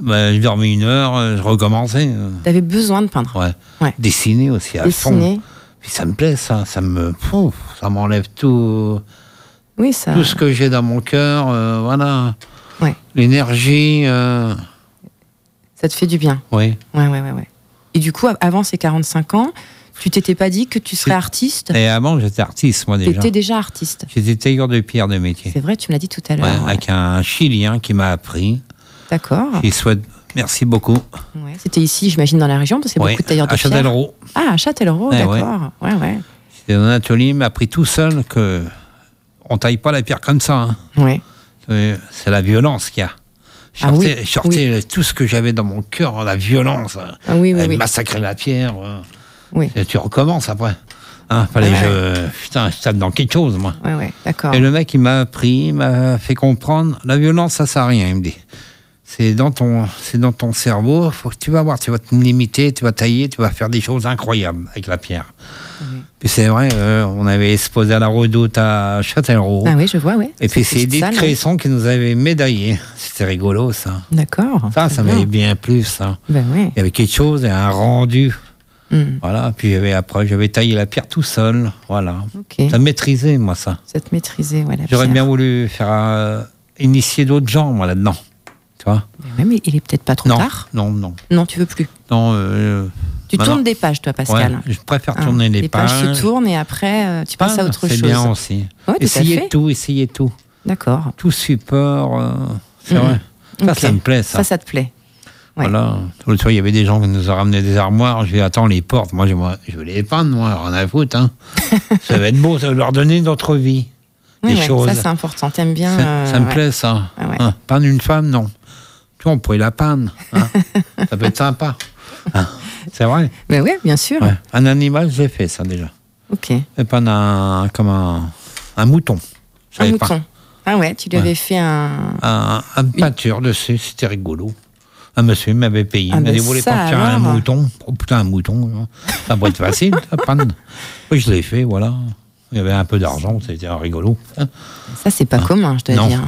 Bah, je dormais une heure, euh, je recommençais. euh. T'avais besoin de peindre. Ouais. Ouais. Dessiner aussi à fond. Dessiner. Puis ça me plaît, ça. Ça me, pouf, ça m'enlève tout, Oui, ça. tout ce que j'ai dans mon cœur. euh, voilà. Ah. Ouais. L'énergie. euh, Ça te fait du bien. oui. Ouais, ouais, ouais, ouais. Et du coup, av- avant ces 45 ans, tu t'étais pas dit que tu serais Si. artiste Et avant, j'étais artiste, moi déjà. T'étais déjà artiste. J'étais tailleur de pierre de métier. C'est vrai, Ah. tu me l'as dit tout à Ouais, l'heure. ouais. Avec un Chilien qui m'a appris. D'accord. Il souhaite. Merci beaucoup. Ouais. C'était ici, j'imagine, dans la région, parce qu'il y a Ouais, beaucoup de tailleurs de à pierre. Châtellerault. Ah, à Châtellerault, Eh ouais. d'accord. Ouais, ouais. C'était dans un atelier, il m'a appris tout seul que on taille pas la pierre comme ça. hein. Ouais. Euh, C'est la violence qu'il y a. Je Ah oui, sortais- je sortais tout ce que j'avais dans mon cœur, la violence. hein. Ah oui, oui, Euh, oui. Massacrer la pierre. euh. Oui. Et tu recommences après. Hein, fallait que je, putain, je tape dans quelque chose, moi. Ouais, ouais, d'accord. Et le mec, il m'a appris, il m'a fait comprendre, la violence, ça sert à rien, il me dit. C'est dans ton, c'est dans ton cerveau, faut que tu vas voir, tu vas te limiter, tu vas tailler, tu vas faire des choses incroyables avec la pierre. Puis c'est vrai, euh, on avait exposé à la redoute à Châtelleraut. Ah oui, hein. je vois, ouais. Et puis Cette c'est petite Edith salle, Cresson qui nous avait médaillés. C'était rigolo, ça. ouais. D'accord. Ça, ça Très Ah, bien. m'avait bien plu, ça. Ben ouais. Il y avait quelque chose et un rendu. Hmm, Voilà. Puis j'avais, après, j'avais taillé la pierre tout seul. Voilà. Ok. Ça me maîtrisait, moi, ça. Ça te maîtrisait, ouais, la J'aurais pierre. bien voulu faire euh, initier d'autres gens, moi, là-dedans. Tu vois Bah Ouais, mais il est peut-être pas trop non, tard. non, non, Non, tu veux plus. non. euh, Tu Maintenant- tournes des pages, toi, Pascal. ouais, je préfère Hein, tourner les, pages. se tournent et après, euh, tu passes à Ah, autre chose. C'est bien aussi. Ouais, tout à essayez fait. tout, essayez tout. D'accord. Tout support. euh, c'est Mhm. vrai. Ça, Ok. ça me plaît, Ça, ça te plaît. Ouais. Voilà. L'autre fois, il y avait des gens qui nous ont ramené des armoires. Je dis, attends, les portes, moi, je, moi, je vais les peindre, moi, rien à [laughs] foutre. Hein. ça va être beau, ça va leur donner d'autres vies. Ouais, des ouais, choses. Ça, c'est important. T'aimes bien. ça, euh, ça me ouais. plaît, ça. Ah ouais. Hein, peindre une femme, non. Tu vois, on pourrait la peindre. [laughs] hein. ça peut être sympa. Hein, C'est vrai. Ben ouais, bien sûr. Ouais. Un animal, j'ai fait ça déjà. Ok. Et peindre un, comme un, un mouton. Je Un savais pas. mouton. Ah ouais, tu lui avais fait un. Un, une peinture dessus, c'était rigolo. Un monsieur m'avait payé, Ah il m'a dit, ben vous voulez ça partir un alors. mouton Oh putain, un mouton, hein. ça pourrait être facile, ça, peindre. Oui, je l'ai fait, voilà. Il y avait un peu d'argent, c'était rigolo. Ça, c'est pas commun, je dois Ah. Non. dire.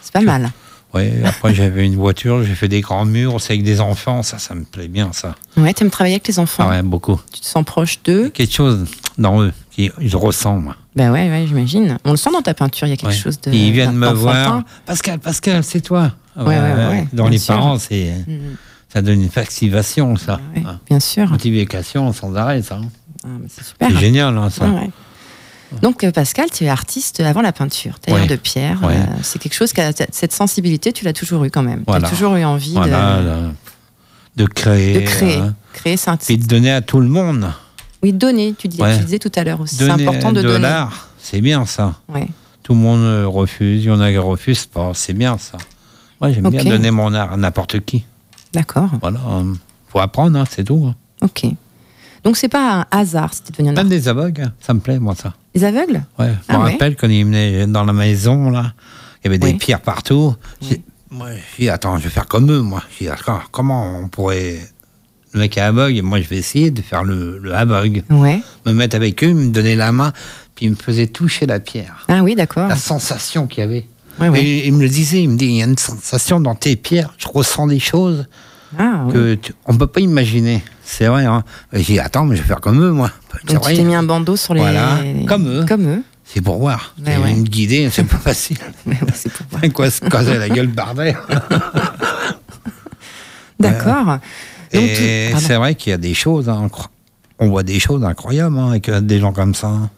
C'est pas mal. Ouais, après j'avais une voiture, j'ai fait des grands murs, c'est avec des enfants, ça, ça me plaît bien, ça. Ouais, t'aimes travailler avec les enfants. Ah ouais, beaucoup. Tu te sens proche d'eux. Quelque chose dans eux, qui, je ressens, moi. Ben ouais, ouais, j'imagine. On le sent dans ta peinture, il y a quelque Ouais. chose de. Ils viennent me d'enfantin. voir. Pascal, Pascal, c'est toi. Ah Ouais, ouais, ouais, dans bien les sûr. parents, c'est, Mhm. ça donne une factivation, ça. Ah Ouais, Hein. Bien sûr. Motivation sans arrêt, ça. hein. Ah, mais c'est super. C'est génial, hein, ça. Ouais, ouais. Donc, euh, Pascal, tu es artiste avant la peinture, tailleur Ouais. de pierre. Ouais. Euh, c'est quelque chose, qui a- cette sensibilité, tu l'as toujours eu quand même. Tu Voilà. as toujours eu envie Voilà, de, là. de créer. euh, de créer. hein. Créer, c'est un- Puis de donner à tout le monde. Oui, donner, tu, dis- Ouais. tu disais tout à l'heure aussi. C'est Donner important de, de donner. l'art, c'est bien, ça. Ouais. Tout le monde euh, refuse, il y en a qui refusent pas, c'est bien, ça. Moi, j'aime Ok. bien donner mon art à n'importe qui. D'accord, Voilà. hein. Faut apprendre, hein, c'est tout. hein. ok. Donc, c'est pas un hasard si tu es devenu un Même artiste. des aveugles, hein, ça me plaît, moi, ça. Les aveugles Ouais, je Bah. Ah me ouais rappelle quand il venait dans la maison, là, il y avait des Oui. pierres partout. J'ai- Moi, j'ai dit, attends, je vais faire comme eux, moi. J'ai dit, Attends, comment on pourrait. Le mec est aveugle, moi je vais essayer de faire le, le aveugle. Ouais. Me mettre avec eux, ils me donnaient la main, puis ils me faisaient toucher la pierre. Ah oui, d'accord. La sensation qu'il y avait. Ouais, ouais. Et il me le disait, il me dit, il y a une sensation dans tes pierres, je ressens des choses Ah, oui. que tu- on peut pas imaginer. C'est vrai, hein. Et J'ai dit, attends, mais je vais faire comme eux, moi. C'est Donc, tu vrai. t'es mis un bandeau sur les. Voilà, comme eux. Comme eux. [laughs] C'est pour voir. Ouais, Et ouais. Me guider, c'est pas facile. [laughs] Ouais, ouais, c'est pour voir. quoi se caser la gueule bardée. [laughs] D'accord. Donc, Et tu- pardon. c'est vrai qu'il y a des choses, hein, incro- on voit des choses incroyables hein, avec euh, des gens comme ça. hein.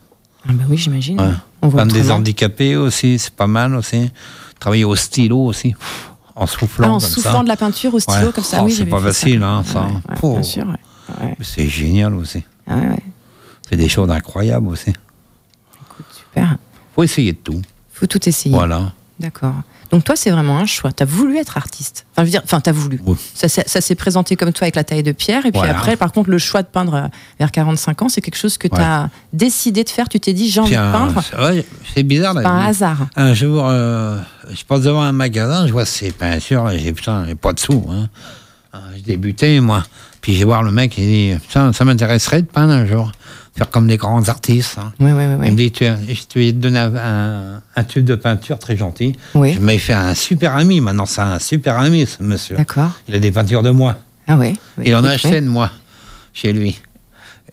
Ah bah oui, j'imagine. Ouais. On voit Femme des autrement. handicapés aussi, c'est pas mal aussi. Travailler au stylo aussi, pff, en soufflant Ah, en comme soufflant ça. de la peinture au stylo Ouais. comme ça. Oh, oui, c'est j'avais pas fait ça. facile, hein, ça. Ouais, ouais, Pouh. bien sûr. ouais. Ouais, C'est génial aussi. ouais, ouais. C'est des choses incroyables aussi. Écoute, super. Faut essayer de tout. Faut tout essayer. Voilà. D'accord. Donc toi, c'est vraiment un choix. T'as voulu être artiste. Enfin, je veux dire, enfin, t'as voulu. Oui. Ça, s'est- ça s'est présenté comme toi avec la taille de pierre. Et puis Voilà. après, par contre, le choix de peindre euh, vers 45 ans, c'est quelque chose que Ouais. t'as décidé de faire. Tu t'es dit, j'ai envie Puis de un- peindre ouais, c'est bizarre. la par vie. hasard. Un jour, euh, je passe devant un magasin, je vois ces peintures, et j'ai putain, j'ai pas de sous. Hein. Euh, Je débutais, moi. Puis j'ai voir le mec, il dit Putain, ça m'intéresserait de peindre un jour, faire comme des grands artistes. hein. Oui, oui, oui. oui. Il me dit Tu as- Je te donné un, un- un tube de peinture très gentil. Oui. Je m'ai fait un super ami. Maintenant, c'est un super ami, ce monsieur. D'accord. Il a des peintures de moi. Ah ouais. Bah, Il en a écoute, ouais. acheté de moi, chez lui.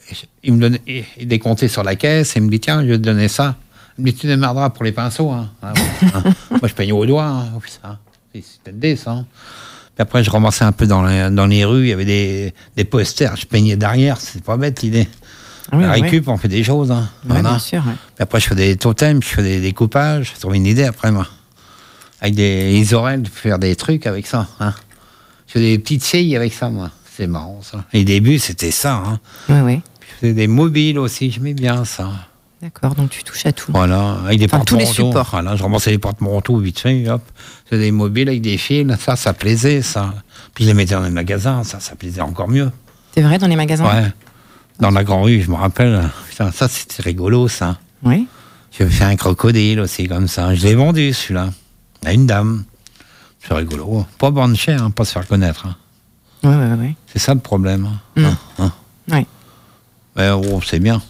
Et je- Il me donnait, il il décomptait sur la caisse et il me dit Tiens, je vais te donner ça. Il me dit Tu démerderas pour les pinceaux. hein. Ah [laughs] bon, hein. Moi, je peignais au doigt. hein. Oh, putain. C'est- C'était des ça. Puis après, je ramassais un peu dans, la- dans les rues. Il y avait des, des posters. Je peignais derrière. C'est pas bête l'idée. Ah oui, la ouais. récup, on fait des choses. hein. Ouais, Voilà. bien sûr. ouais. Puis après, je fais des totems, je fais des découpages. J'ai trouvé une idée après, moi. Avec des isorels, faire des trucs avec ça. Hein. Je fais des petites filles avec ça, moi. C'est marrant, ça. Les débuts, c'était ça. Hein. Ouais, ouais. Puis je faisais des mobiles aussi, j'aimais bien ça. D'accord. Donc tu touches à tout. Voilà, avec des Enfin, tous les porte-manteaux. supports. Voilà, je remboursais les porte-manteaux vite fait, hop. Je faisais des mobiles avec des fils, ça, ça plaisait, ça. Puis je les mettais dans les magasins, ça, ça plaisait encore mieux. C'est vrai dans les magasins. Ouais. Dans la grande rue, je me rappelle. Putain, ça, c'était rigolo, ça. Oui. J'ai fait un crocodile aussi, comme ça. Je l'ai vendu, celui-là, à une dame. C'est rigolo. Pas vendre cher, hein, pas se faire connaître. hein. Ouais, ouais, ouais, ouais. C'est ça le problème. hein. Mm. Hein, hein. Ouais. Mais oh, c'est bien.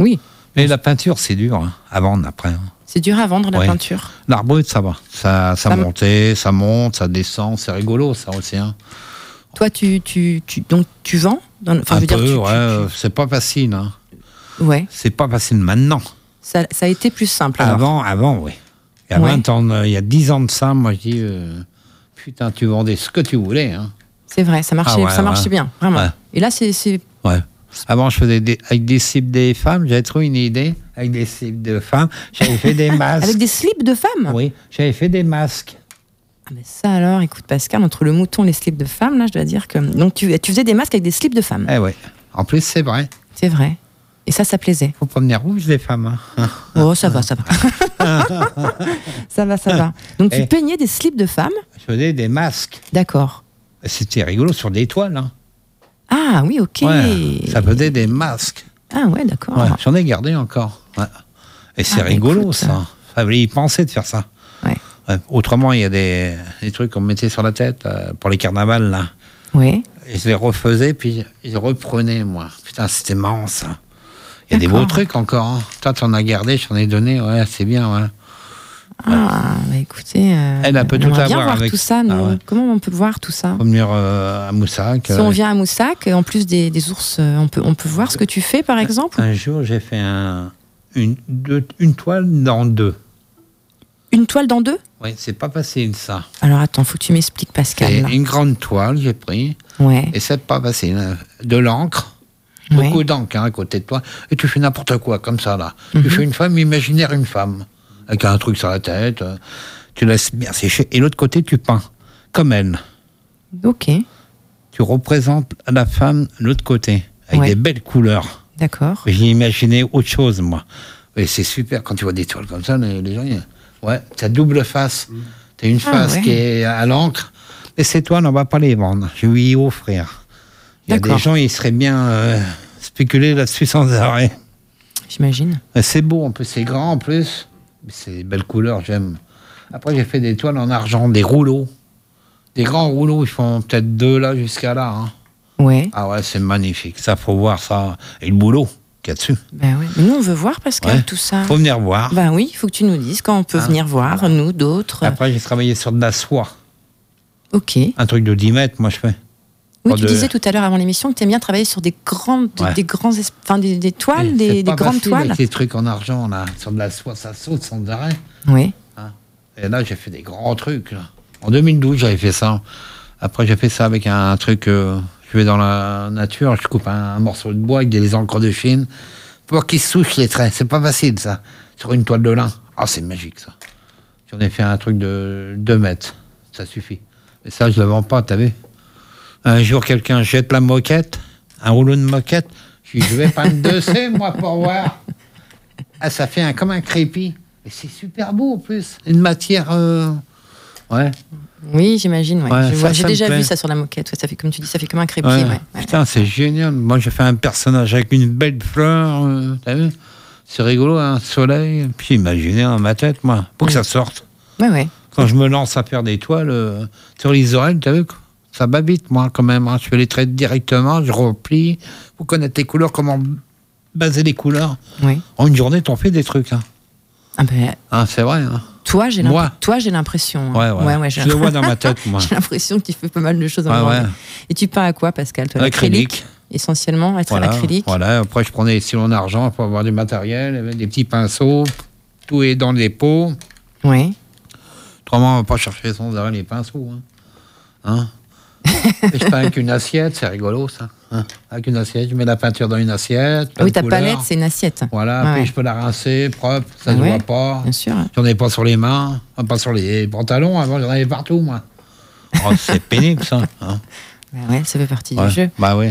Oui. Mais la peinture, c'est dur, hein, à vendre après. hein. C'est dur à vendre la Ouais. peinture. L'art brut, ça va. Ça, ça, Ça m- montait, ça monte, ça descend. C'est rigolo, ça aussi. hein. Toi, tu, tu, tu, donc tu vends. Dans, enfin, je un veux peu, dire, tu- tu- ouais. euh, C'est pas facile. hein. tu- ouais. C'est pas facile maintenant. Ça, ça a été plus simple. alors. Avant, avant, oui. Il y a Ouais. 20 ans, euh, il y a 10 ans de ça, moi, je dis euh, Putain, tu vendais ce que tu voulais. Hein. C'est vrai, ça marchait, Ah ouais, ça marchait ouais. bien, vraiment. Ouais. Et là, c'est, c'est- Ouais. Avant, je faisais des, avec des cibles des femmes. J'avais trouvé une idée avec des cibles de femmes. J'avais [laughs] fait des masques. avec des slips de femmes. Ah, Oui, j'avais fait des masques. Ah, mais ça alors, écoute Pascal, entre le mouton et les slips de femmes, là, je dois dire que donc tu, tu faisais des masques avec des slips de femmes. Eh ouais. En plus, c'est vrai. C'est vrai. Et ça, ça plaisait. Faut pas venir rouge les femmes. [laughs] hein. Oh, ça va, ça [laughs] va. ça va, ça va. Donc tu Eh. peignais des slips de femmes, Je faisais des masques. d'accord. C'était rigolo sur des toiles. Hein. Ah oui, ok. Ouais, ça faisait des masques. Ah ouais, d'accord. Ouais, J'en ai gardé encore. Ouais. Et c'est Ah, bah, rigolo, écoute. ça. Fallait y penser de faire ça. Ouais. Ouais. Autrement, il y a des, des trucs qu'on me mettait sur la tête euh, pour les carnavals, là. Oui. Et je les refaisais, puis je les reprenais, moi. Putain, c'était marrant, ça. Il y a des D'accord. beaux trucs encore. hein. Toi, t'en as gardé, j'en ai donné. Ouais, c'est bien, ouais. Ah, bah écoutez. euh, Elle, elle peut on tout aimerait bien avoir voir avec- tout ça. nous. Ah ouais. Comment on peut voir tout ça Faut venir euh, à Moussac. Si euh, on vient à Moussac, en plus des, des ours, euh, on peut, on peut voir ce que tu fais, par exemple Un jour, j'ai fait un, une, deux- une toile dans deux. Une toile dans deux Ouais, c'est pas facile, ça. Alors attends, faut que tu m'expliques, C'est Pascal. là. une grande toile, j'ai pris. Ouais. Et c'est pas facile. hein. De l'encre, Ouais. beaucoup d'encre hein, à côté de toi. Et tu fais n'importe quoi, comme ça, là. Tu fais une femme, imaginaire une femme, avec un truc sur la tête. euh, Tu laisses bien sécher. Et l'autre côté, tu peins, comme elle. Ok, Tu représentes la femme de l'autre côté, avec Ouais. des belles couleurs. d'accord. J'ai imaginé autre chose, moi. Et c'est super quand tu vois des toiles comme ça, les, les gens. ils- Ouais, t'as double face. T'as une Ah, face ouais. qui est à l'encre. Et ces toiles, on va pas les vendre. Je vais y offrir. Il y a des D'accord. gens, ils seraient bien euh, spéculés là-dessus sans arrêt. J'imagine. Et C'est beau, en plus, c'est grand en plus. C'est des belles couleurs, j'aime. Après, j'ai fait des toiles en argent, des rouleaux. Des grands rouleaux, ils font peut-être deux là jusqu'à là. hein. Ouais. Ah ouais, c'est magnifique. Ça, faut voir ça. Et le boulot qu'il y a dessus. Bah ouais. Mais nous, on veut voir, Pascal, Ouais. tout ça. Faut venir Ah. voir. Bah oui, il faut que tu nous dises quand on peut venir voir, nous, d'autres. Après, j'ai travaillé sur de la soie. Ok. Oui, Un truc de 10 mètres, moi, je fais. tu Pas Oh, de- disais tout à l'heure avant l'émission que tu aimes bien travailler sur des grandes, Ouais. des grands, es- enfin, des, des C'est toiles, des, pas des grandes facile avec toiles. Des trucs en argent, là. Sur de la soie, ça saute sans arrêt. Oui. Hein. Et là, j'ai fait des grands trucs. là. En 2012, j'avais fait ça. Après, j'ai fait ça avec un truc. euh, je vais dans la nature, je coupe un, un morceau de bois avec des encres de Chine. pour qu'ils se touchent les traits. C'est pas facile, ça. Sur une toile de lin. Ah, c'est magique, ça. J'en ai fait un truc de 2 mètres. Ça suffit. Mais ça, je le vends pas, t'as vu Un jour, quelqu'un jette la moquette, un rouleau de moquette. Je dis, je vais pas me dosser, moi, pour voir. Ah, ça fait un, comme un crépi. Et c'est super beau, en plus. Une matière. euh, Ouais. Oui, j'imagine. ouais. Ouais, Je ça, vois- J'ai ça me déjà plaît. vu ça sur la moquette. ouais, ça fait comme tu dis, ça fait comme un crépier. Ouais. ouais, ouais. Putain, c'est génial. Moi, j'ai fait un personnage avec une belle fleur. euh, t'as vu C'est rigolo, un soleil. Puis imaginez dans ma tête, moi, pour que ça sorte. Ouais, ouais. Quand je me lance à faire des toiles euh, sur les oreilles, t'as vu Ça m'habite, moi, quand même. hein. Je fais les traits directement, je replie. Faut connaître les couleurs, comment baser les couleurs. Oui. En une journée, t'en fais des trucs. Hein. Ah ben, Hein, c'est vrai. hein. toi, j'ai l'imp- Moi. toi, j'ai l'impression. Ouais, hein. ouais. j'ai- je le vois dans [laughs] ma tête, moi. J'ai l'impression que tu fais pas mal de choses en Ouais, ouais. Et tu peins à quoi, Pascal toi Acrylique. Essentiellement, être Voilà, acrylique. voilà. Après, je prenais si en argent pour avoir du matériel, avec des petits pinceaux. Tout est dans les pots. Ouais. Autrement, on va pas chercher sans arrêt les pinceaux. Hein. [laughs] Hein Et je peins avec une assiette, c'est rigolo ça. hein. avec une assiette, je mets la peinture dans une assiette. Ah plein oui, de ta couleurs. palette, c'est une assiette. Voilà, Ouais, puis ouais. je peux la rincer propre, ça ne Ah ouais, voit pas. Bien sûr. J'en ai pas sur les mains, enfin, pas sur les pantalons, avant j'en avais [laughs] partout moi. Oh, c'est pénible ça. hein. Ouais, ouais, ça fait partie Ouais, du jeu. Bah oui.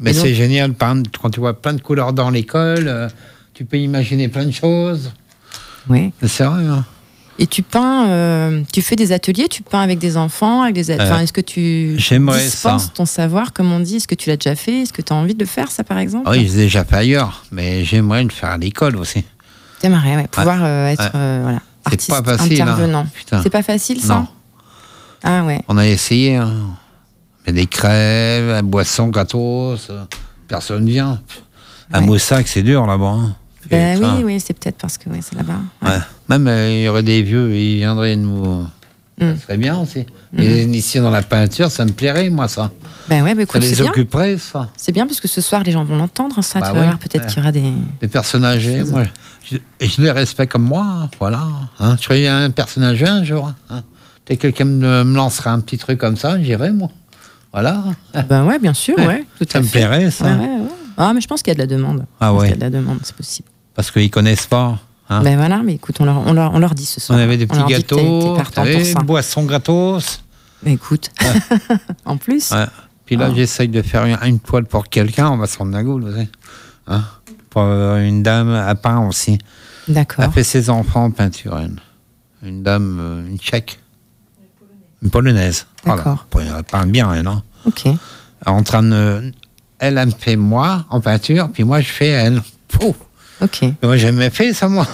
Mais Et donc- c'est génial, peindre, quand tu vois plein de couleurs dans l'école, euh, tu peux imaginer plein de choses. Ouais. C'est vrai, hein. Et tu peins, euh, tu fais des ateliers, tu peins avec des enfants, avec des. a- Euh, Enfin, est-ce que tu j'aimerais dispenses ça. ton savoir, comme on dit Est-ce que tu l'as déjà fait Est-ce que tu as envie de le faire, ça, par exemple Ah Oui, j'ai déjà fait ailleurs, mais j'aimerais le faire à l'école aussi. T'aimerais, ouais, pouvoir euh, être ouais. euh, voilà, C'est artiste pas facile, hein. intervenant. Putain. C'est pas facile, ça Non. Ah ouais. On a essayé, hein. mais des crèves, boissons, gâteaux, ça, euh, personne vient. À Ouais. Moussac, c'est dur là-bas. hein. Ben Putain. oui, oui, c'est peut-être parce que ouais, c'est là-bas. Ouais. Ouais. Même euh, il y aurait des vieux, ils viendraient nous. Mm. Ça serait bien aussi. Les initiés dans la peinture, ça me plairait, moi, ça. Ben ouais, ben Ça écoute, les c'est bien. occuperait, ça. C'est bien parce que ce soir, les gens vont l'entendre, hein, ça. Bah tu vas ouais, voir, peut-être ouais. qu'il y aura des. Les personnes âgées, moi, je, et je les respecte comme moi, hein, voilà. hein. Je serais un personne âgée un jour. hein. Peut-être quelqu'un me, me lancerait un petit truc comme ça, j'irais, moi. Voilà. Ben ouais, bien sûr, ouais. [laughs] tout ça à me fait. plairait, ça. Ouais, ouais, ouais. Ah, mais je pense qu'il y a de la demande. Ah Je pense ouais. qu'il y a de la demande, c'est possible. Parce qu'ils connaissent pas. hein. Ben voilà, mais écoute, on leur, on leur, on leur dit ce on soir. avait des petits leur dit que t'es- gâteaux, T'es partant t'avais pour ça. boissons gratos. Ben écoute, [laughs] en plus, Ouais. Puis là, Ah. j'essaye de faire une, une toile pour quelqu'un, on va s'en la goule, vous savez. Hein. Pour euh, une dame à pain aussi. Elle d'accord. fait ses enfants en peinture, elle. Une dame, euh, une tchèque. Une polonaise. D'accord. Voilà. Elle peint bien, elle, non Ok. En train de. Elle, elle me fait moi en peinture, puis moi, je fais elle. Pouf Ok. Mais moi, j'ai jamais fait ça, moi. Ah,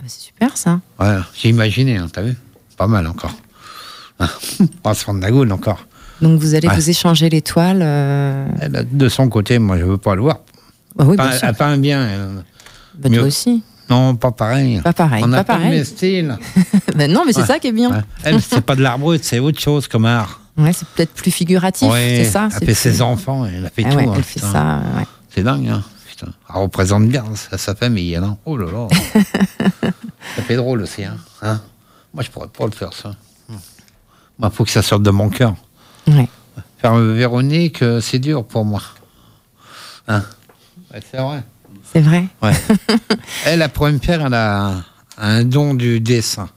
ben, c'est super ça. Voilà, j'ai imaginé, hein, t'as vu Pas mal encore. Ah, [laughs] On va se rendre la goule encore. Donc vous allez Ouais. vous échanger les toiles. euh, Elle, De son côté, moi, je veux pas le voir. bah oui, bien Pas, sûr. elle peint bien. elle. Bah, toi mieux. aussi. [laughs] Non, pas pareil. Pas pareil. On pas n'a pas le pareil. même style. Ben non, mais c'est Ouais. ça qui est bien. Ouais. Elle, c'est pas de l'art brut, c'est autre chose comme art. Ouais, c'est peut-être plus figuratif, Ouais, c'est ça. Elle c'est fait plus- ses enfants, elle a fait Ah tout. ouais, hein, elle fait putain. ça. euh, ouais. C'est dingue, hein. Putain. Elle représente bien sa, sa famille, elle, hein. Oh là [laughs] là. ça fait drôle aussi, hein. Hein Moi, je pourrais pas le faire, ça. Il faut que ça sorte de mon cœur. Ouais. Faire euh, Véronique, euh, c'est dur pour moi. Hein Ouais, c'est vrai. C'est vrai. Ouais. elle, la première faire, elle a un don du dessin.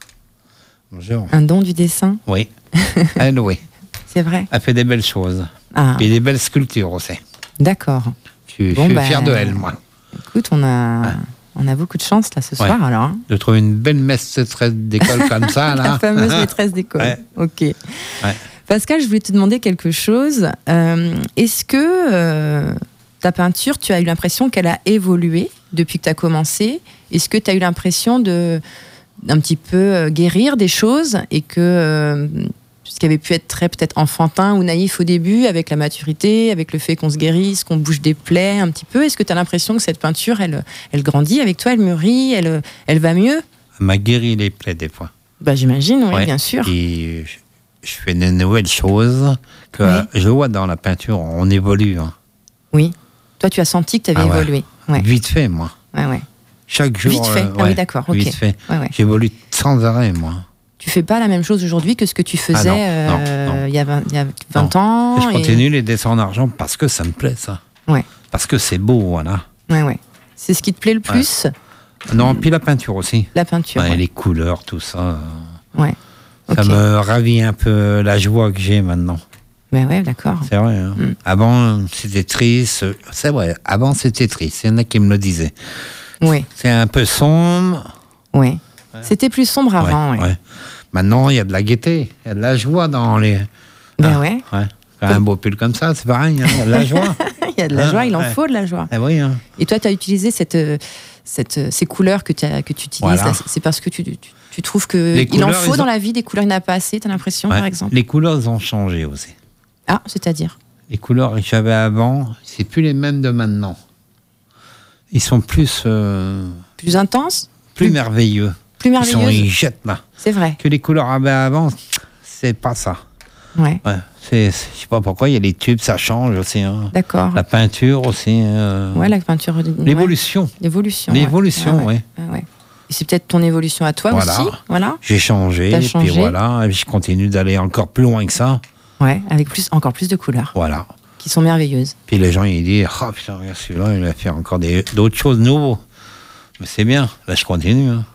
Bonjour. [laughs] Un don du dessin, Oui. [laughs] elle, oui. c'est vrai. Elle fait des belles choses. Ah, Et des belles sculptures aussi. d'accord. Je suis- je Bon, suis bah, fier de elle, moi. Écoute, on a, on a beaucoup de chance là ce Ouais. soir alors. hein. De trouver une belle maîtresse [laughs] d'école comme ça, là. La fameuse maîtresse d'école. Ah. Ouais. Ok. Pascal, je voulais te demander quelque chose. Euh, Est-ce que euh, ta peinture, tu as eu l'impression qu'elle a évolué depuis que tu as commencé Est-ce que tu as eu l'impression de d'un petit peu euh, guérir des choses et que euh, ce qui avait pu être très peut-être enfantin ou naïf au début, avec la maturité, avec le fait qu'on se guérisse, qu'on bouge des plaies un petit peu, est-ce que tu as l'impression que cette peinture, elle, elle grandit avec toi, elle mûrit, elle, elle va mieux Elle m'a guéri les plaies, des fois. Bah j'imagine, oui, Ouais. bien sûr. Et je, je fais des nouvelles choses que Oui. je vois dans la peinture. On évolue. hein. Oui. Toi, tu as senti que tu avais Ah ouais. évolué. Ouais, Vite fait, moi. ouais, ouais. Chaque jour. Vite fait. euh, Ah oui, ouais, d'accord, ok. Vite fait. Ouais, ouais. J'évolue sans arrêt, moi. Tu fais pas la même chose aujourd'hui que ce que tu faisais non, euh, Ah non, non. il y a 20, il y a 20 Et ans. je Oh, et- continue les dessins en argent parce que ça me plaît, ça. Ouais, Parce que c'est beau, voilà. ouais, ouais. C'est ce qui te plaît le plus Non, Mm. puis la peinture aussi. La peinture. Ouais, ouais. Les couleurs, tout ça. Ouais. Ça Ok. me ravit un peu la joie que j'ai maintenant. Ben ouais, d'accord. C'est vrai. hein. Mm. Avant, c'était triste. C'est vrai. Avant, c'était triste. Il y en a qui me le disaient. Ouais, C'est un peu sombre. ouais. C'était plus sombre Ouais, avant, Ah, ouais. ouais. Maintenant, il y a de la gaieté. Il y a de la joie dans les. Ben Ah, ouais. [laughs] Un beau pull comme ça, c'est pareil. hein, Il y a de la joie. Il y a de la Hein, joie, il en ouais. faut de la joie. Eh oui, hein. Et toi, tu as utilisé cette, euh, cette, euh, ces couleurs que, t'as- que tu utilises. Voilà. là, C'est parce que tu, tu, tu trouves que Les il en couleurs, faut ils dans ont- la vie des couleurs, il n'y en a pas assez, t'as l'impression, par Ouais. exemple. Les couleurs elles ont changé aussi. Ah, c'est-à-dire Les couleurs que j'avais avant, c'est plus les mêmes de maintenant. Ils sont plus, euh, plus intense, plus merveilleux. plus Ils, sont, ils merveilleuse. jettent là. C'est vrai. Que les couleurs avaient avant, c'est pas ça. Ouais, Ouais, c'est, c'est- je sais pas pourquoi, il y a les tubes, ça change aussi. hein. d'accord. La peinture aussi. euh, Ouais, la peinture. ouais. L'évolution. L'évolution. ouais. L'évolution, Ah oui. Ah ouais. Et C'est peut-être ton évolution à toi Voilà. aussi. Voilà. J'ai changé, T'as et puis changé. voilà, et je continue d'aller encore plus loin que ça. Ouais, avec plus, encore plus de couleurs Voilà. qui sont merveilleuses. Puis les gens, ils disent Ah putain, regarde celui-là, il a fait encore des, d'autres choses nouveaux. Mais c'est bien, là, je continue. hein.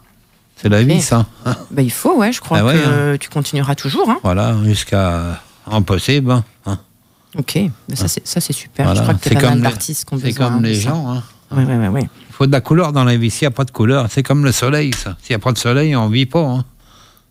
C'est la vie, Ok. ça. [laughs] Bah, il faut, ouais, je crois Ah ouais, que tu continueras toujours. Hein. Voilà, jusqu'à impossible. hein, hein. Ok, Bah, ça c'est ça, c'est super. Ah. Voilà. Je crois que C'est t'as pas mal comme les- d'artistes qui ont C'est besoin, comme hein, les de ça. gens. hein. Ouais, ouais, ouais, ouais. Il faut de la couleur dans la vie. S'il n'y a pas de couleur, c'est comme le soleil, ça. S'il n'y a pas de soleil, on vit pas. hein.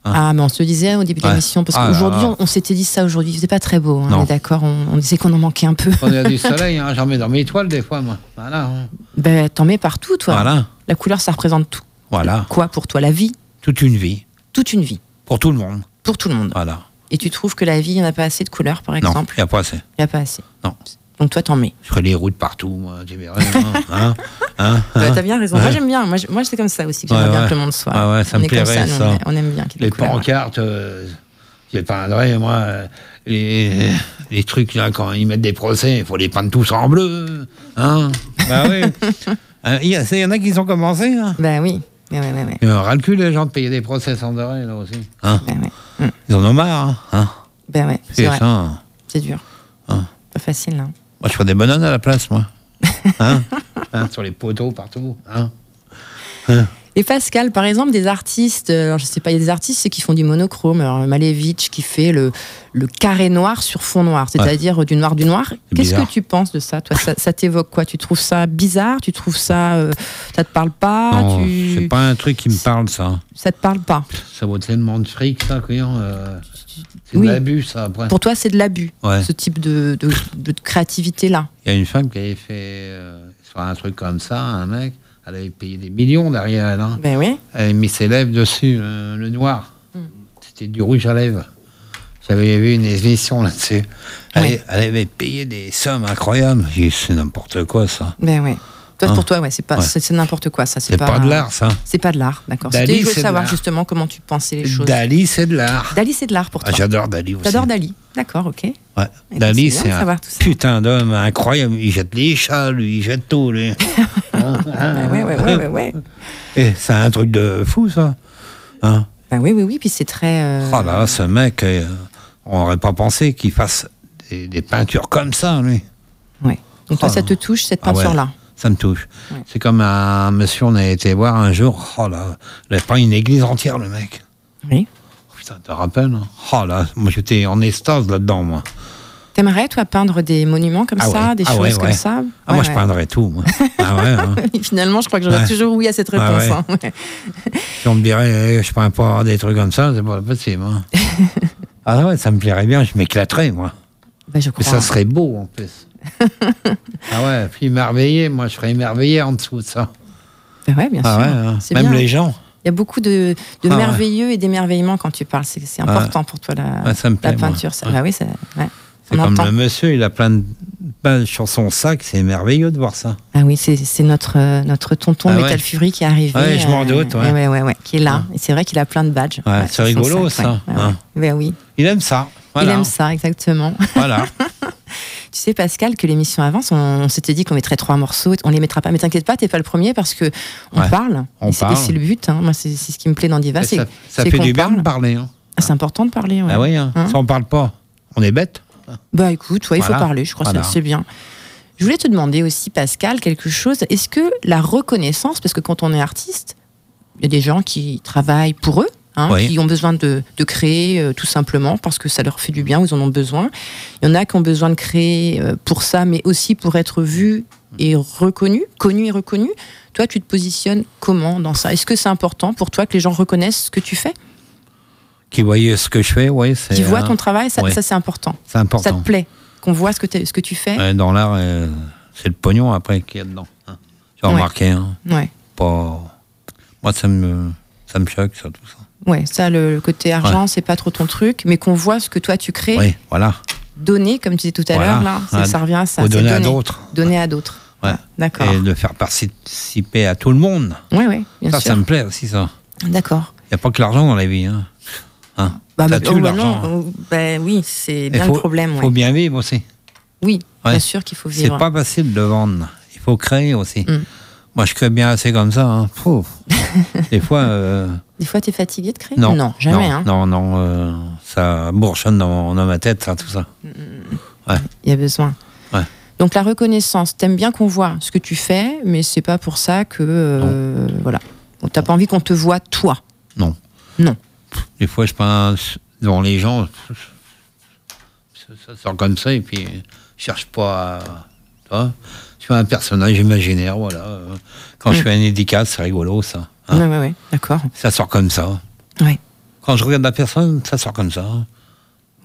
Ah, mais on se le disait au début de Ouais. l'émission, parce Ah là qu'aujourd'hui, là. on, on s'était dit ça aujourd'hui, il faisait pas très beau, hein, Non. on est d'accord, on, on disait qu'on en manquait un peu. [laughs] Quand il y a du soleil, hein, j'en mets dans mes étoiles des fois, moi. Voilà. hein. ben, t'en mets partout, toi. Voilà. La couleur, ça représente tout. Voilà. Quoi pour toi La vie, Toute une vie. toute une vie, Pour tout le monde. pour tout le monde. Voilà. Et tu trouves que la vie, il n'y en a pas assez de couleurs, par Non, exemple il n'y a pas assez. Il n'y en a pas assez. Non. Donc toi, t'en mets. Je ferai les routes partout, moi. Tu verras. [laughs] hein, hein, hein, Bah, hein. T'as bien raison. Moi, Ouais. j'aime bien. Moi, je- moi, c'est comme ça aussi que Ouais, j'aimerais bien ouais. que le monde soit. Ah ouais, ça on me est comme plairait, nous, ça. on, est- on aime bien. qu'il y ait des Les couleurs. pancartes, euh, je les peindrai, moi. euh, Les, les trucs, là, quand ils mettent des procès, il faut les peindre tous en bleu. Hein Bah oui. [laughs] Euh, Il y, a- c'est- il y en a qui ont commencé, hein. Bah oui. Ouais, ouais, ouais, ouais. Ils ont ras le cul, les gens, de payer des procès sans doré, là aussi. Hein Bah ouais. Ils en ont marre, hein, hein. Bah ouais. C'est C'est vrai. ça, hein. C'est dur. Hein. Pas facile, hein. Moi, je ferais des bananes à la [laughs] place, moi. Hein Hein, Sur les poteaux, partout. Hein Et Pascal, par exemple, des artistes, euh, alors je sais pas, il y a des artistes ceux qui font du monochrome, alors Malevich qui fait le, le carré noir sur fond noir, c'est-à-dire euh, du noir du noir. C'est Qu'est-ce que bizarre. tu penses de ça Toi, ça, ça t'évoque quoi Tu trouves ça bizarre Tu trouves ça, euh, ça te parle pas non, Ah, Tu- c'est pas un truc qui me parle, ça. Ça te parle pas Ça vaut tellement de fric, ça, client. c'est Oui. de l'abus, ça, après. Pour toi, c'est de l'abus, Ouais. ce type de, de, de créativité là. Il y a une femme qui avait fait euh, sur un truc comme ça, un mec, elle avait payé des millions derrière elle. hein. Ben oui. Elle avait mis ses lèvres dessus, euh, le noir. Mm. C'était du rouge à lèvres. J'avais vu une émission là-dessus. Elle, Ouais. elle avait payé des sommes incroyables. J'ai dit, c'est n'importe quoi, ça. Ben oui. Toi, Hein. pour toi, ouais, c'est pas, Ouais. c'est c'est n'importe quoi, ça. C'est pas de l'art, ça. C'est pas de l'art, d'accord. Dali, C'était je voulais c'est de savoir l'art. justement comment tu pensais les choses. Dali, c'est de l'art. Dali, c'est de l'art pour Ah, toi. J'adore Dali aussi. T'adores Dali, d'accord, ok. Ouais. Et Dali, c'est bien c'est de un savoir tout ça. putain d'homme incroyable. Il jette les chats, lui, il jette [laughs] tout, lui. Ah ouais, ouais, ouais, ouais, ouais. Et c'est un truc de fou, ça. Hein Ben oui, oui, oui, puis c'est très. euh, Oh là, là, ce mec, euh, on n'aurait pas pensé qu'il fasse des, des peintures comme ça, lui. ouais. Donc toi, Oh ça là. te touche, cette Ah ouais, peinture-là Ça me touche. Ouais. C'est comme un monsieur, on a été voir un jour. Oh là, il a peint une église entière, le mec. Oui. Oh, Putain, tu te rappelles hein Oh là, moi j'étais en extase là-dedans, moi. T'aimerais, toi, peindre des monuments comme Ah ça, ouais, des ah choses ouais, comme ouais. ça Ah, moi Ouais, je ouais. peindrais [laughs] tout, moi. ah ouais, hein. Et [laughs] Finalement, je crois que j'aurais Ouais. Ah toujours oui à cette réponse. ouais. hein, ouais. Si on me dirait, eh, je peins pas des trucs comme ça, c'est pas possible. [laughs] hein. ah ouais, ça me plairait bien, je m'éclaterais, moi. Ben, je crois. Mais ça serait beau, [laughs] en plus. ah ouais, puis émerveillé, moi, je serais émerveillé en dessous de ça. Ben ouais, bien Ah ouais, sûr. hein. C'est même bien. les gens. Il y a beaucoup de, de Ah ouais. merveilleux et d'émerveillement quand tu parles. C'est c'est Ah ouais. important pour toi, la, Ouais, ça me la plaît, moi. peinture. Ça, Ouais. bah oui, ça, ouais. C'est on comme entend. le monsieur, il a plein de pages sur son sac, c'est merveilleux de voir ça. Ah oui, c'est c'est notre, euh, notre tonton Ah ouais. Metal Fury qui est arrivé. euh, Ouais, je m'en doute, ouais. ouais, ouais, qui est là. Et c'est vrai qu'il a plein de badges. Ouais, Ouais, c'est sur son rigolo, sac, ça, ouais. Ouais, ouais. hein. Ben oui. Il aime ça. Voilà. Il aime ça, exactement. [laughs] Voilà. Tu sais, Pascal, que l'émission avance, on, on s'était dit qu'on mettrait trois morceaux, on les mettra pas. Mais t'inquiète pas, t'es pas le premier parce que on Ouais, parle. on et c'est- parle. et c'est le but. hein. Moi, c'est c'est ce qui me plaît dans Diva. Et C'est ça ça c'est fait qu'on du bien parle. de parler. hein. Ah, C'est important de parler. ouais. Ah oui, hein. Hein si on parle pas, on est bête. Bah écoute, ouais, il faut Voilà. parler, je crois que Voilà. c'est bien. Je voulais te demander aussi, Pascal, quelque chose. Est-ce que la reconnaissance, parce que quand on est artiste, il y a des gens qui travaillent pour eux, hein, Oui. qui ont besoin de, de créer euh, tout simplement parce que ça leur fait du bien, ou ils en ont besoin. Il y en a qui ont besoin de créer euh, pour ça, mais aussi pour être vus et reconnus, connus et reconnus. Toi, tu te positionnes comment dans ça Est-ce que c'est important pour toi que les gens reconnaissent ce que tu fais Qui voyait ce que je fais, oui, c'est. Qu'ils voient euh, ton travail Ça, ouais. ça, c'est important. C'est important. Ça te plaît Qu'on voit ce que, t'es- ce que tu fais Ouais, dans l'art, euh, c'est le pognon après qu'il y a dedans. hein. J'ai Ouais. remarqué, hein, Ouais. pas. Moi, ça me, ça me choque, ça, tout ça. Ouais, ça, le, le côté argent, c'est pas trop ton truc, mais qu'on voit ce que toi tu crées, Oui, voilà. donner, comme tu disais tout à Voilà. l'heure, là, ça, Ah, ça revient à ça. Faut c'est donner à d'autres. Donner à d'autres. Ouais. Ah, D'accord. Et de faire participer à tout le monde. Oui, oui, bien ça, sûr. ça me plaît aussi, ça. D'accord. Il n'y a pas que l'argent dans la vie. Hein. Hein, Bah, bah, ça tue oh, bah l'argent. hein. non, oh, bah oui, c'est Et bien faut- le problème. faut ouais. bien vivre aussi. Oui, Ouais. bien sûr qu'il faut C'est vivre. pas facile de vendre. Il faut créer aussi. Mm. Moi, je crée bien assez comme ça. hein. [laughs] Pouf. Des fois, euh, Des fois, tu es fatigué de créer non. jamais. Non, hein. non, non, euh, ça bourgeonne dans, dans ma tête, ça, tout ça. Il y a besoin. Ouais. Donc, la reconnaissance, t'aimes bien qu'on voit ce que tu fais, mais c'est pas pour ça que. euh, voilà. Bon, T'as pas envie qu'on te voit, toi. Non. Non. Des fois, je pense devant les gens, ça, ça sort comme ça, et puis je cherche pas à. tu vois, je suis un personnage imaginaire, voilà. euh, Quand je Mm. fais un dédicace, c'est rigolo, ça. hein. Oui, oui, oui. D'accord. Ça sort comme ça. Ouais. Quand je regarde la personne, ça sort comme ça.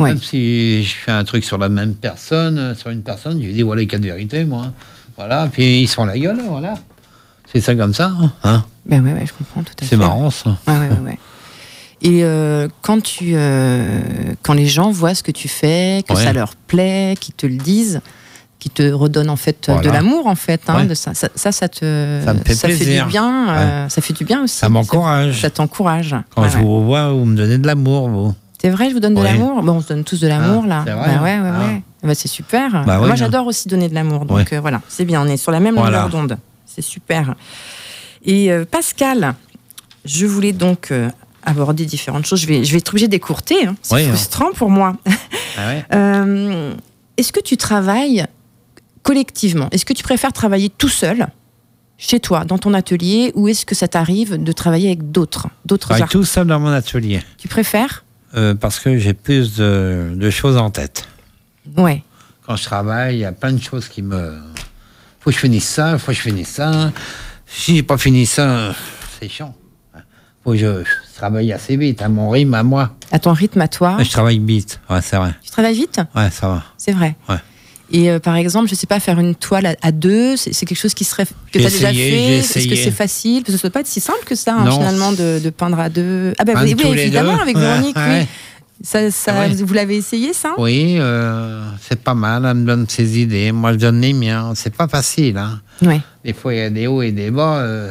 Ouais. Même si je fais un truc sur la même personne, euh, sur une personne, je lui dis voilà les quatre vérités, moi. Voilà, puis ils se font la gueule, voilà. C'est ça comme ça, hein. Ben ouais, ouais, je comprends tout à fait. C'est marrant, ça. Ouais, ouais, ouais, ouais. Et euh, quand, tu, euh, quand les gens voient ce que tu fais, que Ouais. ça leur plaît, qu'ils te le disent, qu'ils te redonnent en fait euh, de Voilà. l'amour en fait, hein, Ouais. de ça, ça, ça, ça te Ça me fait du plaisir. bien, euh, ça fait du bien aussi. Ça m'encourage. Ça t'encourage. Quand Ouais, je ouais. vous revois, vous me donnez de l'amour, vous. C'est vrai, je vous donne de Ouais. l'amour. Bon, on se donne tous de l'amour Ah, là. c'est vrai, Bah hein. ouais, ouais, Ah. ouais. Bah, c'est super. Bah ouais, Moi, hein. j'adore aussi donner de l'amour. Donc Ouais. euh, voilà, c'est bien. On est sur la même Voilà. longueur d'onde. C'est super. Et euh, Pascal, je voulais donc euh, aborder différentes choses. Je vais, je vais être obligée d'écourter. hein. C'est Ouais, hein. frustrant pour moi. [laughs] Ah ouais Euh, Est-ce que tu travailles collectivement Est-ce que tu préfères travailler tout seul chez toi, dans ton atelier, ou est-ce que ça t'arrive de travailler avec d'autres, d'autres travaille artistes tout seul dans mon atelier. Tu préfères euh, parce que j'ai plus de, de choses en tête. Ouais. Quand je travaille, il y a plein de choses qui me. Faut que je finisse ça, faut que je finisse ça. Si j'ai pas fini ça, c'est chiant. Faut que je, je travaille assez vite, à mon rythme, à moi. À ton rythme, à toi. Je travaille vite, ouais, c'est vrai. Tu travailles vite Ouais, ça va. C'est vrai. Ouais. Et euh, par exemple, je sais pas, faire une toile à, à deux, c'est c'est quelque chose qui serait que J'ai tu as déjà essayé, fait. j'ai Est-ce que essayé. c'est facile Parce que ça doit pas être si simple que ça, hein, Non. finalement, de, de peindre à deux. Ah bah Peindre oui, oui, tous les évidemment, deux. avec Ouais, Véronique, ouais. oui. Ça, ça, Ah ouais. Vous l'avez essayé, ça Oui, euh, c'est pas mal, elle me donne ses idées, moi je donne les miens. C'est pas facile, hein. Oui. Des fois, il y a des hauts et des bas. euh.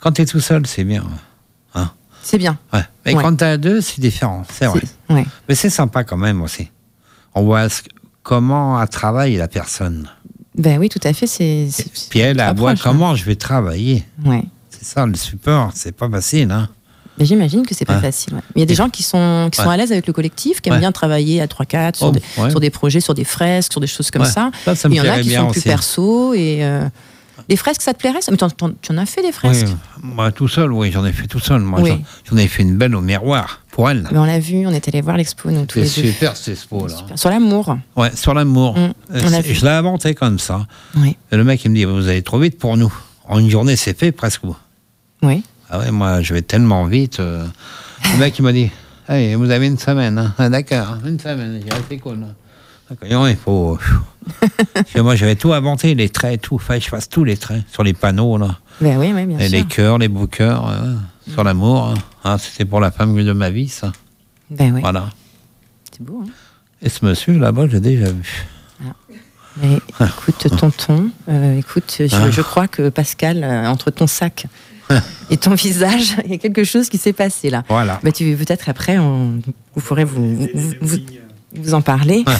Quand t'es tout seul, c'est bien. C'est bien. Ouais. Mais Ouais. quand t'es à deux, c'est différent, c'est vrai. C'est- ouais. Mais c'est sympa quand même aussi. On voit ce- comment elle travaille la personne. Ben oui, tout à fait. C'est. c'est- Puis elle, ça elle voit approche, hein. comment je vais travailler. Ouais. C'est ça le support, c'est pas facile. Hein. Ben, J'imagine que c'est pas Ouais. facile. ouais. Mais il y a des Et- gens qui sont, qui sont Ouais. à l'aise avec le collectif, qui aiment Ouais. bien travailler à 3-4 sur, Oh, des- ouais. sur des projets, sur des fresques, sur des choses comme Ouais. ça. Ça, ça me Il y en a plairait qui bien sont plus aussi. perso et euh, les fresques, ça te plairait ça Mais t'en- t'en- tu en as fait des fresques Oui, moi tout seul, oui, j'en ai fait tout seul. Moi, Oui. j'en- j'en ai fait une belle au miroir pour elle. Mais on l'a vu, on est allé voir l'expo nous tous C'est les deux. super, c'est ce pot là. Super. Sur l'amour. Ouais, sur Mm, l'amour. Euh, on l'a c'est- vu. je l'ai inventé comme ça. Oui, Et le mec, il me dit Vous allez trop vite pour nous. En une journée, c'est fait presque. vous. oui. Ah ouais, moi, je vais tellement vite. euh. Le mec, il m'a dit Allez, vous avez une semaine. hein. Ah, D'accord, une semaine. J'ai dit, Ah, c'est cool. hein. D'accord, non, il faut. [laughs] Parce que moi, j'avais tout inventé, les traits, tout. Fallait que je fasse tous les traits sur les panneaux, là. Ben oui, oui, bien Et sûr. Mm. les cœurs, les beaux cœurs, euh, sur l'amour. hein. Ah, C'était pour la femme de ma vie, ça. Ben oui, Voilà. c'est beau. hein. Et ce monsieur, là-bas, j'ai déjà vu. Mais [laughs] écoute, tonton, euh, écoute, je, Ah. je crois que Pascal, euh, entre ton [laughs] sac et ton visage, il y a quelque chose qui s'est passé là. Voilà. Bah, tu peut-être après, on, vous pourrez vous, vous, vous- vous en parler. [laughs]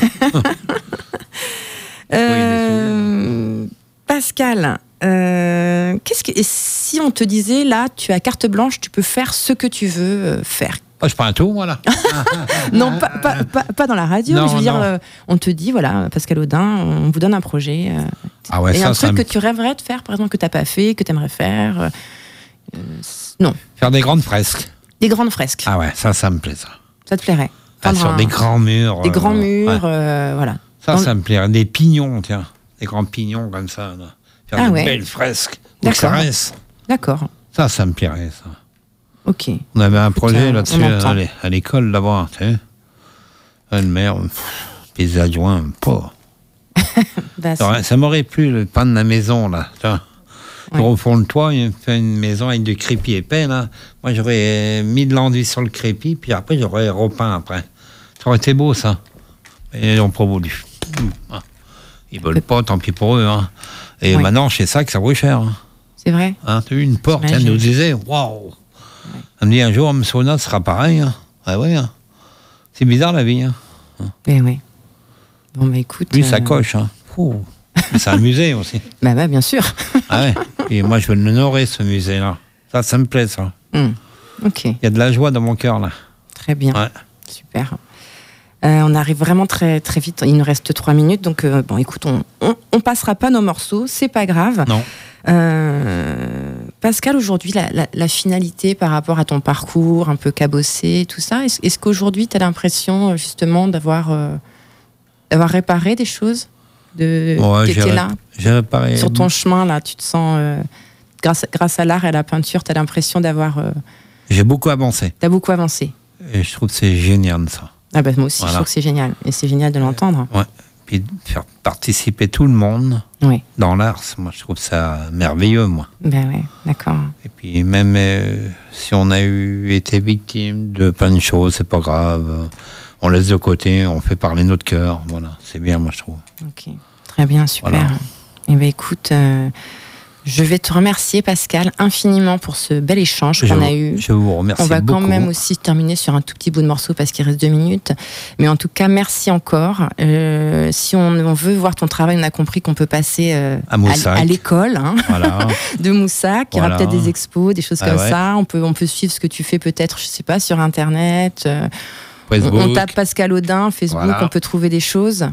Euh, Pascal, euh, qu'est-ce que et si on te disait là, tu as carte blanche, tu peux faire ce que tu veux euh, faire Oh, je prends un tour, voilà. Non, pas, pas, pas, pas dans la radio, Euh. Non, mais je veux dire, non. euh, on te dit, voilà, Pascal Audin, on vous donne un projet. euh, Ah ouais, et ça, un ça truc me- que tu rêverais de faire, par exemple, que t'as pas fait, que t'aimerais faire. euh, euh, c- non, Faire des grandes fresques. des grandes fresques, Ah ouais, ça, ça me plaît, ça. ça te plairait. Ah, Peindre sur un- des grands murs. des euh, grands ouais. murs, euh, voilà. Ça, Dans- ça me plairait. Des pignons, tiens. Des grands pignons comme ça. là. Faire Ah des ouais. belles fresques. Des D'accord. caresses. D'accord, Ça, ça me plairait, ça. ok. On avait un projet on là-dessus entend. à l'é- à l'école là-bas, tu sais. Une mère, pff, des adjoints, pas. Bah, Ça aurait- ça m'aurait plu, le pain de la maison, là. tu vois. Ouais. Au fond de toi, il fait une maison avec du crépi épais, là. Moi, j'aurais mis de l'enduit sur le crépi, puis après, j'aurais repeint après. Ça aurait été beau, ça. Et on pas voulu. Hum, ah. Ils veulent pas, tant pis pour eux. hein. Et Ouais. maintenant, chez ça que ça vaut cher. hein. c'est vrai. Hein, t'as vu, une porte, elle J'imagine. nous disait, waouh Elle me dit, un jour, M. Sona sera pareil. hein. Ah ouais, hein. C'est bizarre, la vie. hein. Mais oui. Eh Bon, bah écoute. Lui, euh, ça coche. Hein. Ouh. C'est un musée aussi. Bah, bah, bien sûr. [laughs] Ah ouais. Et moi, je veux l'honorer, ce musée-là. Ça, ça me plaît, ça. Hmm. Ok, Il y a de la joie dans mon cœur, là. très bien. Ouais. Super. Euh, on arrive vraiment très très vite. Il nous reste trois minutes, donc euh, bon, écoute, on, on, on passera pas nos morceaux, c'est pas grave. Non. Euh, Pascal, aujourd'hui, la, la- la finalité par rapport à ton parcours un peu cabossé, tout ça, est-ce, est-ce qu'aujourd'hui, tu as l'impression euh, justement d'avoir, euh, d'avoir réparé des choses de, Ouais, qui j'ai étaient ré- là J'ai réparé. Sur ton chemin, là, tu te sens, euh, grâce, grâce à l'art et à la peinture, tu as l'impression d'avoir. euh, J'ai beaucoup avancé. t'as beaucoup avancé. Et je trouve que c'est génial, ça. Ah bah, moi aussi, Voilà. je trouve que c'est génial. Et c'est génial de l'entendre. Puis de faire participer tout le monde Oui, dans l'art, c'est- moi, je trouve ça merveilleux, moi. ben ouais, d'accord. Et puis, même euh, si on a eu, été victime de plein de choses, c'est pas grave. On laisse de côté, on fait parler notre cœur. Voilà, c'est bien, moi, je trouve. Ok, très bien, super. Voilà. Eh ben écoute, euh, je vais te remercier Pascal infiniment pour ce bel échange je, qu'on a vous- eu. je vous remercie On va beaucoup. quand même aussi terminer sur un tout petit bout de morceau parce qu'il reste deux minutes. Mais en tout cas, merci encore. Euh, si on, on veut voir ton travail, on a compris qu'on peut passer euh, À à, l- Moussac. à l'école hein, [laughs] Voilà. de Moussac. Il y aura Voilà. peut-être des expos, des choses Ah comme ouais. ça. On peut, on peut suivre ce que tu fais peut-être, je sais pas, sur Internet. Euh, on, Facebook, on tape Pascal Audin, Facebook, Voilà. on peut trouver des choses.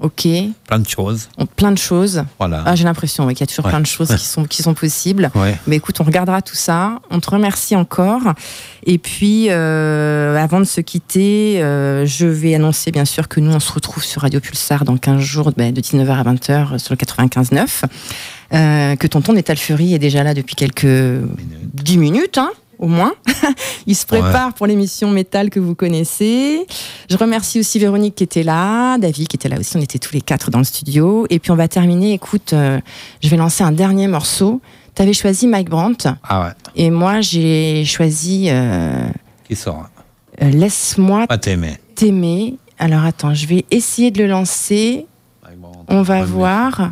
Ok, plein de choses. on, plein de choses. Voilà. Ah, j'ai l'impression oui, qu'il y a toujours Ouais. plein de choses qui sont, qui sont possibles. Ouais. Mais écoute, on regardera tout ça. On te remercie encore. Et puis, euh, avant de se quitter, euh, je vais annoncer bien sûr que nous, on se retrouve sur Radio Pulsar dans 15 jours, ben, de 19h à 20h euh, sur le 95.9. Euh, que tonton Nétal Fury est déjà là depuis quelques 10 minutes, hein, au moins. [laughs] Il se prépare pour l'émission métal que vous connaissez. Je remercie aussi Véronique qui était là, David qui était là aussi. On était tous les quatre dans le studio. Et puis on va terminer. Écoute, euh, je vais lancer un dernier morceau. T'avais choisi Mike Brandt Ah ouais, et moi j'ai choisi euh, qui sort. euh, Laisse-moi Pas t'aimer. t'aimer. Alors attends, je vais essayer de le lancer. On va voir.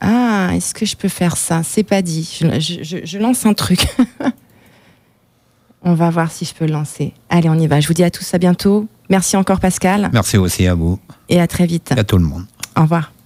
Ah, est-ce que je peux faire ça C'est pas dit. Je, je- je- je lance un truc. [laughs] on va voir si je peux le lancer. Allez, on y va. Je vous dis à tous à bientôt. Merci encore Pascal Merci aussi à vous et à très vite. et à tout le monde. Au revoir.